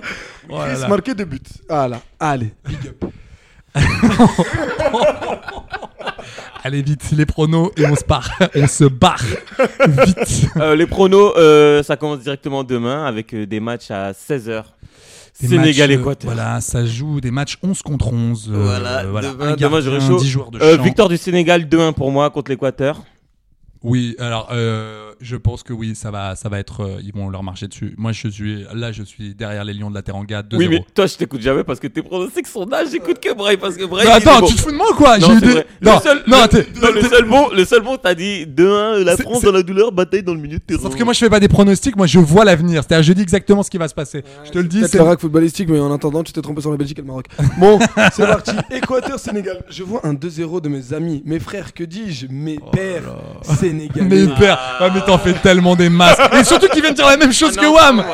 [SPEAKER 9] Chris
[SPEAKER 2] là.
[SPEAKER 9] marqué deux buts. Voilà. Allez, big up.
[SPEAKER 2] Allez vite, les pronos et on se barre. On se barre vite.
[SPEAKER 7] Euh, les pronos, euh, ça commence directement demain avec euh, des matchs à 16h.
[SPEAKER 2] Des matchs, euh,
[SPEAKER 7] Sénégal-Équateur.
[SPEAKER 2] Voilà, ça joue des matchs 11 contre 11. euh,
[SPEAKER 7] Voilà,
[SPEAKER 2] un
[SPEAKER 7] demain,
[SPEAKER 2] gardien,
[SPEAKER 7] demain j'aurai chaud.
[SPEAKER 2] 10 joueurs de
[SPEAKER 7] Euh,
[SPEAKER 2] champ.
[SPEAKER 7] victoire du Sénégal 2-1 pour moi contre l'Équateur.
[SPEAKER 2] Oui, alors euh, je pense que oui, ça va, ça va être. euh, ils vont leur marcher dessus. Moi, je suis là, je suis derrière les Lions de la Teranga 2-0.
[SPEAKER 7] Oui, mais toi, je t'écoute jamais parce que tes pronostics sont là. J'écoute que Bray parce que Bray.
[SPEAKER 2] Mais
[SPEAKER 7] il est
[SPEAKER 2] Bah, attends,
[SPEAKER 7] bon.
[SPEAKER 2] tu te fous de moi ou quoi
[SPEAKER 7] Non,
[SPEAKER 2] J'ai eu
[SPEAKER 7] c'est
[SPEAKER 2] des-
[SPEAKER 7] vrai.
[SPEAKER 2] Non,
[SPEAKER 7] le seul,
[SPEAKER 2] non,
[SPEAKER 7] le-
[SPEAKER 2] t'es-
[SPEAKER 7] non, le seul bon, le seul bon, t'as dit 2-1, la
[SPEAKER 2] C'est-
[SPEAKER 7] France
[SPEAKER 2] c'est-
[SPEAKER 7] dans la douleur, bataille dans le milieu de terrain.
[SPEAKER 9] Mmh.
[SPEAKER 2] Sauf que moi, je fais pas des pronostics. Moi, je vois l'avenir. C'est-à-dire, je dis exactement ce qui va se passer. je te le dis.
[SPEAKER 9] Peut-être
[SPEAKER 2] c'est-
[SPEAKER 9] le rack footballistique, mais en attendant, tu t'es trompé sur la Belgique et le Maroc. Bon, c'est parti. Équateur-Sénégal. Je vois un 2-0 de mes amis, mes frères, que dis-je Mes
[SPEAKER 2] Oh
[SPEAKER 9] pères sénégalais.
[SPEAKER 2] Mais hyper.
[SPEAKER 9] Ah.
[SPEAKER 2] Ouais, Ah, mais t'en fais tellement des masses. Et surtout qu'ils viennent dire la même chose que Wam.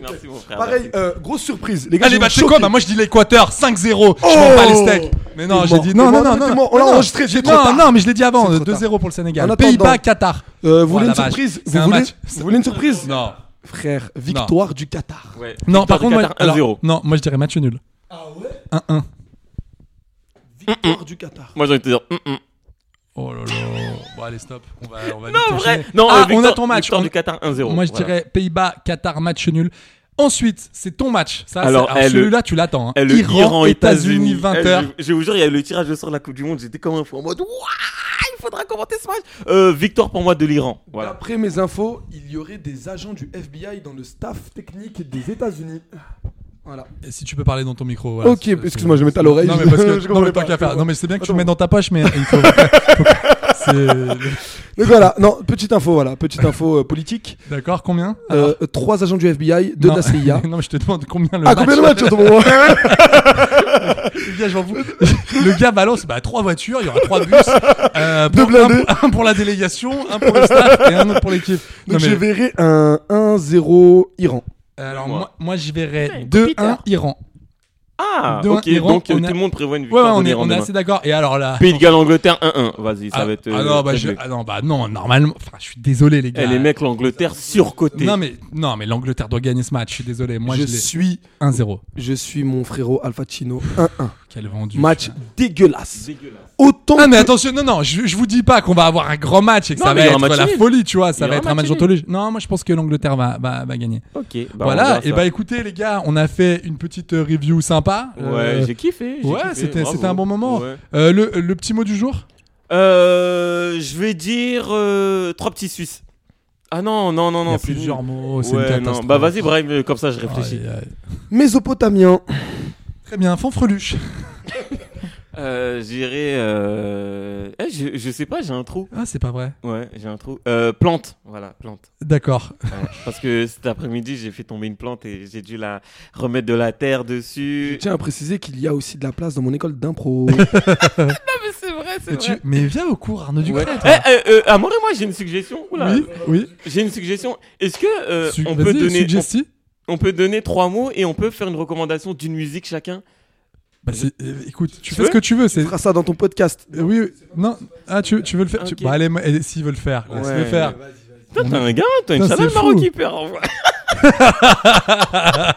[SPEAKER 7] Merci, mon frère.
[SPEAKER 9] Pareil, euh, grosse surprise. Les gars,
[SPEAKER 2] Allez,
[SPEAKER 9] j'ai
[SPEAKER 2] bah,
[SPEAKER 9] été
[SPEAKER 2] tu sais quoi
[SPEAKER 9] choqué.
[SPEAKER 2] Bah, moi, je dis l'Équateur 5-0.
[SPEAKER 9] Oh
[SPEAKER 2] je m'en bats les steaks. Mais non,
[SPEAKER 9] T'es
[SPEAKER 2] j'ai
[SPEAKER 9] mort,
[SPEAKER 2] dit
[SPEAKER 9] t'es
[SPEAKER 2] non, non,
[SPEAKER 9] mort,
[SPEAKER 2] non,
[SPEAKER 9] t'es
[SPEAKER 2] non.
[SPEAKER 9] mort. Oh On l'a
[SPEAKER 2] Non,
[SPEAKER 9] enregistré, c'est
[SPEAKER 2] Non,
[SPEAKER 9] trop tard.
[SPEAKER 2] non, mais je l'ai dit avant.
[SPEAKER 9] C'est trop tard.
[SPEAKER 2] 2-0 pour le
[SPEAKER 9] En
[SPEAKER 2] Sénégal.
[SPEAKER 9] attendant.
[SPEAKER 2] Pays-Bas, Qatar.
[SPEAKER 9] Euh, vous
[SPEAKER 2] Oh,
[SPEAKER 9] voulez
[SPEAKER 2] la
[SPEAKER 9] une
[SPEAKER 2] vache.
[SPEAKER 9] surprise
[SPEAKER 2] C'est
[SPEAKER 9] vous
[SPEAKER 2] un
[SPEAKER 9] voulez,
[SPEAKER 2] match.
[SPEAKER 9] vous voulez une surprise
[SPEAKER 2] Non.
[SPEAKER 9] Frère, victoire du Qatar.
[SPEAKER 7] Ouais.
[SPEAKER 2] Non,
[SPEAKER 7] Victoire
[SPEAKER 2] par
[SPEAKER 7] du
[SPEAKER 2] contre, moi,
[SPEAKER 7] Qatar,
[SPEAKER 2] alors,
[SPEAKER 7] 1-0.
[SPEAKER 2] non, moi, je dirais match nul. Ah ouais 1-1.
[SPEAKER 9] Victoire du Qatar.
[SPEAKER 7] Moi, j'ai envie de te dire. hum, hum.
[SPEAKER 2] Oh là là. Bon, allez, stop. On va, on va
[SPEAKER 7] Non,
[SPEAKER 2] vite
[SPEAKER 7] vrai.
[SPEAKER 2] enchaîner.
[SPEAKER 7] Non,
[SPEAKER 2] Ah,
[SPEAKER 7] euh, victoire-
[SPEAKER 2] on a ton match.
[SPEAKER 7] Victoire
[SPEAKER 2] On-
[SPEAKER 7] du Qatar 1-0.
[SPEAKER 2] Moi, je
[SPEAKER 7] Voilà.
[SPEAKER 2] dirais Pays-Bas, Qatar, match nul. Ensuite, c'est ton match. Ça, c'est-
[SPEAKER 7] Alors,
[SPEAKER 2] alors,
[SPEAKER 7] elle-
[SPEAKER 2] celui-là, tu l'attends. hein.
[SPEAKER 7] Eh, le
[SPEAKER 2] Iran, États-Unis,
[SPEAKER 7] Eh,
[SPEAKER 2] 20h.
[SPEAKER 7] Je, je vous jure, il y a eu le tirage de sort de la Coupe du Monde. J'étais comme un fou en mode Ouah, il faudra commenter ce match. Euh, victoire pour moi de l'Iran. Voilà.
[SPEAKER 9] Après mes infos, il y aurait des agents du FBI dans le staff technique des États-Unis. Voilà.
[SPEAKER 2] Si tu peux parler dans ton micro. voilà,
[SPEAKER 9] Ok,
[SPEAKER 2] c'est- c'est-
[SPEAKER 9] excuse-moi, je vais mettre à l'oreille.
[SPEAKER 2] Non, mais parce que.
[SPEAKER 9] Je
[SPEAKER 2] non, mais
[SPEAKER 9] comprenais
[SPEAKER 2] tant
[SPEAKER 9] pas.
[SPEAKER 2] qu'à faire. Non, mais c'est bien que tu le
[SPEAKER 9] Attends.
[SPEAKER 2] mets dans ta poche, mais il faut. faut que- c'est-
[SPEAKER 9] Donc voilà, non, petite info, voilà, petite info euh, politique.
[SPEAKER 2] D'accord, combien
[SPEAKER 9] Euh, trois agents du FBI, deux
[SPEAKER 2] Non.
[SPEAKER 9] de la CIA.
[SPEAKER 2] non, mais je te demande combien le
[SPEAKER 9] ah,
[SPEAKER 2] match.
[SPEAKER 9] combien de matchs au moment
[SPEAKER 2] Le gars, je m'en fous. Le gars balance bah, trois voitures, il y aura trois bus. euh, pour-
[SPEAKER 9] Deux blindés.
[SPEAKER 2] Un, un pour la délégation, un pour le staff et un autre pour l'équipe. Non,
[SPEAKER 9] Donc je
[SPEAKER 2] mais-
[SPEAKER 9] verrai un 1-0 Iran.
[SPEAKER 2] Alors,
[SPEAKER 7] Moi.
[SPEAKER 2] moi, moi j'y verrais 2-1 Iran.
[SPEAKER 7] Ah,
[SPEAKER 2] Deux, un,
[SPEAKER 7] ok.
[SPEAKER 2] Iran,
[SPEAKER 7] donc euh,
[SPEAKER 2] on a-
[SPEAKER 7] tout le monde prévoit une
[SPEAKER 2] Ouais, ouais,
[SPEAKER 7] victoire
[SPEAKER 2] on
[SPEAKER 7] de
[SPEAKER 2] est,
[SPEAKER 7] l'Iran.
[SPEAKER 2] on est
[SPEAKER 7] demain.
[SPEAKER 2] assez d'accord. Et alors là.
[SPEAKER 7] Pays de Galles, Angleterre 1-1. Vas-y, ça
[SPEAKER 2] ah,
[SPEAKER 7] va être. euh,
[SPEAKER 2] ah non, bah, je-
[SPEAKER 7] régler.
[SPEAKER 2] ah non, bah non, normalement. Enfin, je suis désolé, les gars.
[SPEAKER 7] Eh, les mecs, l'Angleterre surcotée.
[SPEAKER 2] bah, Non, mais, non, mais l'Angleterre doit gagner ce match. Je suis désolé. Moi, je,
[SPEAKER 9] je
[SPEAKER 2] l'ai.
[SPEAKER 9] suis,
[SPEAKER 2] 1-0.
[SPEAKER 9] je suis mon frérot Alpha Chino. 1-1.
[SPEAKER 2] Quel vendu.
[SPEAKER 9] Match
[SPEAKER 2] putain.
[SPEAKER 9] dégueulasse. Autant.
[SPEAKER 2] Ah, mais
[SPEAKER 9] que-
[SPEAKER 2] attention, non, non, je, je vous dis pas qu'on va avoir un grand match et que
[SPEAKER 7] Non,
[SPEAKER 2] ça
[SPEAKER 7] mais
[SPEAKER 2] va
[SPEAKER 7] il y aura
[SPEAKER 2] être
[SPEAKER 7] un match
[SPEAKER 2] la
[SPEAKER 7] nul.
[SPEAKER 2] folie, tu vois.
[SPEAKER 7] Il y
[SPEAKER 2] Ça va
[SPEAKER 7] aura
[SPEAKER 2] être
[SPEAKER 7] un
[SPEAKER 2] un match
[SPEAKER 7] match nul.
[SPEAKER 2] d'anthologie. Non, moi, je pense que l'Angleterre va, va, va gagner.
[SPEAKER 7] Ok. bah, on verra
[SPEAKER 2] voilà, et
[SPEAKER 7] ça.
[SPEAKER 2] bah écoutez, les gars, on a fait une petite euh, review sympa.
[SPEAKER 7] Ouais,
[SPEAKER 2] Euh,
[SPEAKER 7] j'ai kiffé. j'ai
[SPEAKER 2] Ouais,
[SPEAKER 7] kiffé,
[SPEAKER 2] c'était
[SPEAKER 7] bravo.
[SPEAKER 2] c'était un bon moment.
[SPEAKER 7] Ouais.
[SPEAKER 2] Euh, le, le petit mot du jour
[SPEAKER 7] Euh, je vais dire euh, trois petits Suisses. Ah non, non, non,
[SPEAKER 2] Il y
[SPEAKER 7] non.
[SPEAKER 2] a
[SPEAKER 7] c'est
[SPEAKER 2] plusieurs
[SPEAKER 7] nul.
[SPEAKER 2] mots, c'est une
[SPEAKER 7] Ouais, non.
[SPEAKER 2] catastrophe.
[SPEAKER 7] Bah vas-y, Brahim, euh, comme ça je
[SPEAKER 2] Aïe,
[SPEAKER 7] réfléchis.
[SPEAKER 2] aïe.
[SPEAKER 9] Mésopotamien.
[SPEAKER 2] Très bien, fanfreluche.
[SPEAKER 7] Euh, J'irai. euh, eh, je, je sais pas, j'ai un trou.
[SPEAKER 2] Ah, c'est pas vrai.
[SPEAKER 7] Ouais, j'ai un trou. Euh, plante, voilà, plante.
[SPEAKER 2] D'accord.
[SPEAKER 7] Ouais, parce que cet après-midi, j'ai fait tomber une plante et j'ai dû la remettre de la terre dessus.
[SPEAKER 9] Je tiens à préciser qu'il y a aussi de la place dans mon école d'impro.
[SPEAKER 7] mais c'est vrai,
[SPEAKER 2] Mais, tu- mais viens au cours, Arnaud Ducret.
[SPEAKER 7] Ouais.
[SPEAKER 2] toi.
[SPEAKER 7] Eh, euh, euh, Amaury, moi j'ai une suggestion. Oula.
[SPEAKER 2] Oui, oui.
[SPEAKER 7] J'ai une suggestion. Est-ce que euh,
[SPEAKER 2] Su-
[SPEAKER 7] on
[SPEAKER 2] vas-y,
[SPEAKER 7] peut donner on,
[SPEAKER 2] suggesti.
[SPEAKER 7] on peut donner trois mots et on peut faire une recommandation d'une musique chacun
[SPEAKER 2] Bah, c'est- euh, écoute, tu
[SPEAKER 7] Tu
[SPEAKER 2] fais
[SPEAKER 7] veux
[SPEAKER 2] ce que tu veux. Tu
[SPEAKER 9] feras ça dans ton podcast.
[SPEAKER 2] Oui, oui. non. Ah, tu, tu veux le faire tu-
[SPEAKER 7] Ok.
[SPEAKER 2] Bah, allez, moi- eh, s'ils veulent le faire. là, s'ils veulent le faire.
[SPEAKER 7] Toi, t'es un gars, t'as une
[SPEAKER 2] Putain,
[SPEAKER 7] chaleur
[SPEAKER 2] c'est fou.
[SPEAKER 7] Maroc perd en vrai.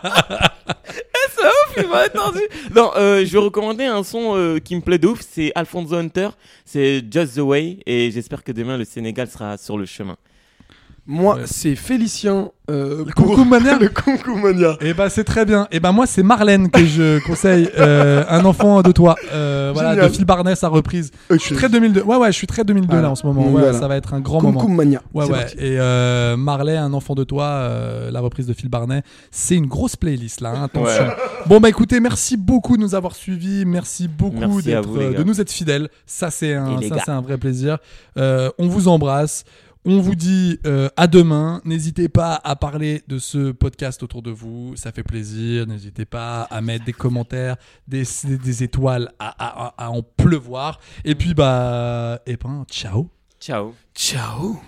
[SPEAKER 7] Eh, c'est ouf, il m'a attendu. Non, euh, je vais recommander un son euh, qui me plaît de ouf, c'est Alfonso Hunter, c'est Just the Way, et j'espère que demain le Sénégal sera sur le chemin.
[SPEAKER 9] Moi, c'est Félicien. euh,
[SPEAKER 2] Le
[SPEAKER 9] pour-
[SPEAKER 2] Concoumania
[SPEAKER 9] Le Concoumania.
[SPEAKER 2] Et bah, c'est très bien. Et bah, moi, c'est Marlène que je conseille. euh, un enfant de toi. Euh, voilà,
[SPEAKER 9] Génial.
[SPEAKER 2] de Phil Barnes à reprise.
[SPEAKER 9] Ok.
[SPEAKER 2] Je suis très 2002. Ouais, ouais, je suis très 2002 là en ce moment. Ouais,
[SPEAKER 9] Voilà.
[SPEAKER 2] Ça va être un grand
[SPEAKER 9] Koum
[SPEAKER 2] moment.
[SPEAKER 9] Koum Mania.
[SPEAKER 2] Ouais,
[SPEAKER 9] C'est
[SPEAKER 2] ouais.
[SPEAKER 9] parti.
[SPEAKER 2] Et euh, Marley, un enfant de toi, euh, la reprise de Phil Barnet, c'est une grosse playlist là. hein, attention.
[SPEAKER 7] Ouais.
[SPEAKER 2] Bon bah écoutez, merci beaucoup de nous avoir suivis, merci beaucoup
[SPEAKER 7] Merci à
[SPEAKER 2] d'être,
[SPEAKER 7] vous, les
[SPEAKER 2] euh,
[SPEAKER 7] gars.
[SPEAKER 2] de nous être fidèles. Ça c'est un,
[SPEAKER 7] Et les
[SPEAKER 2] ça,
[SPEAKER 7] gars.
[SPEAKER 2] c'est un vrai plaisir. Euh, on vous embrasse. On vous dit euh, à demain. N'hésitez pas à parler de ce podcast autour de vous. Ça fait plaisir. N'hésitez pas à mettre des commentaires, des, des- des étoiles à, à- à- à en pleuvoir. Et puis, bah, et ben, eh ciao.
[SPEAKER 7] Ciao.
[SPEAKER 9] Ciao.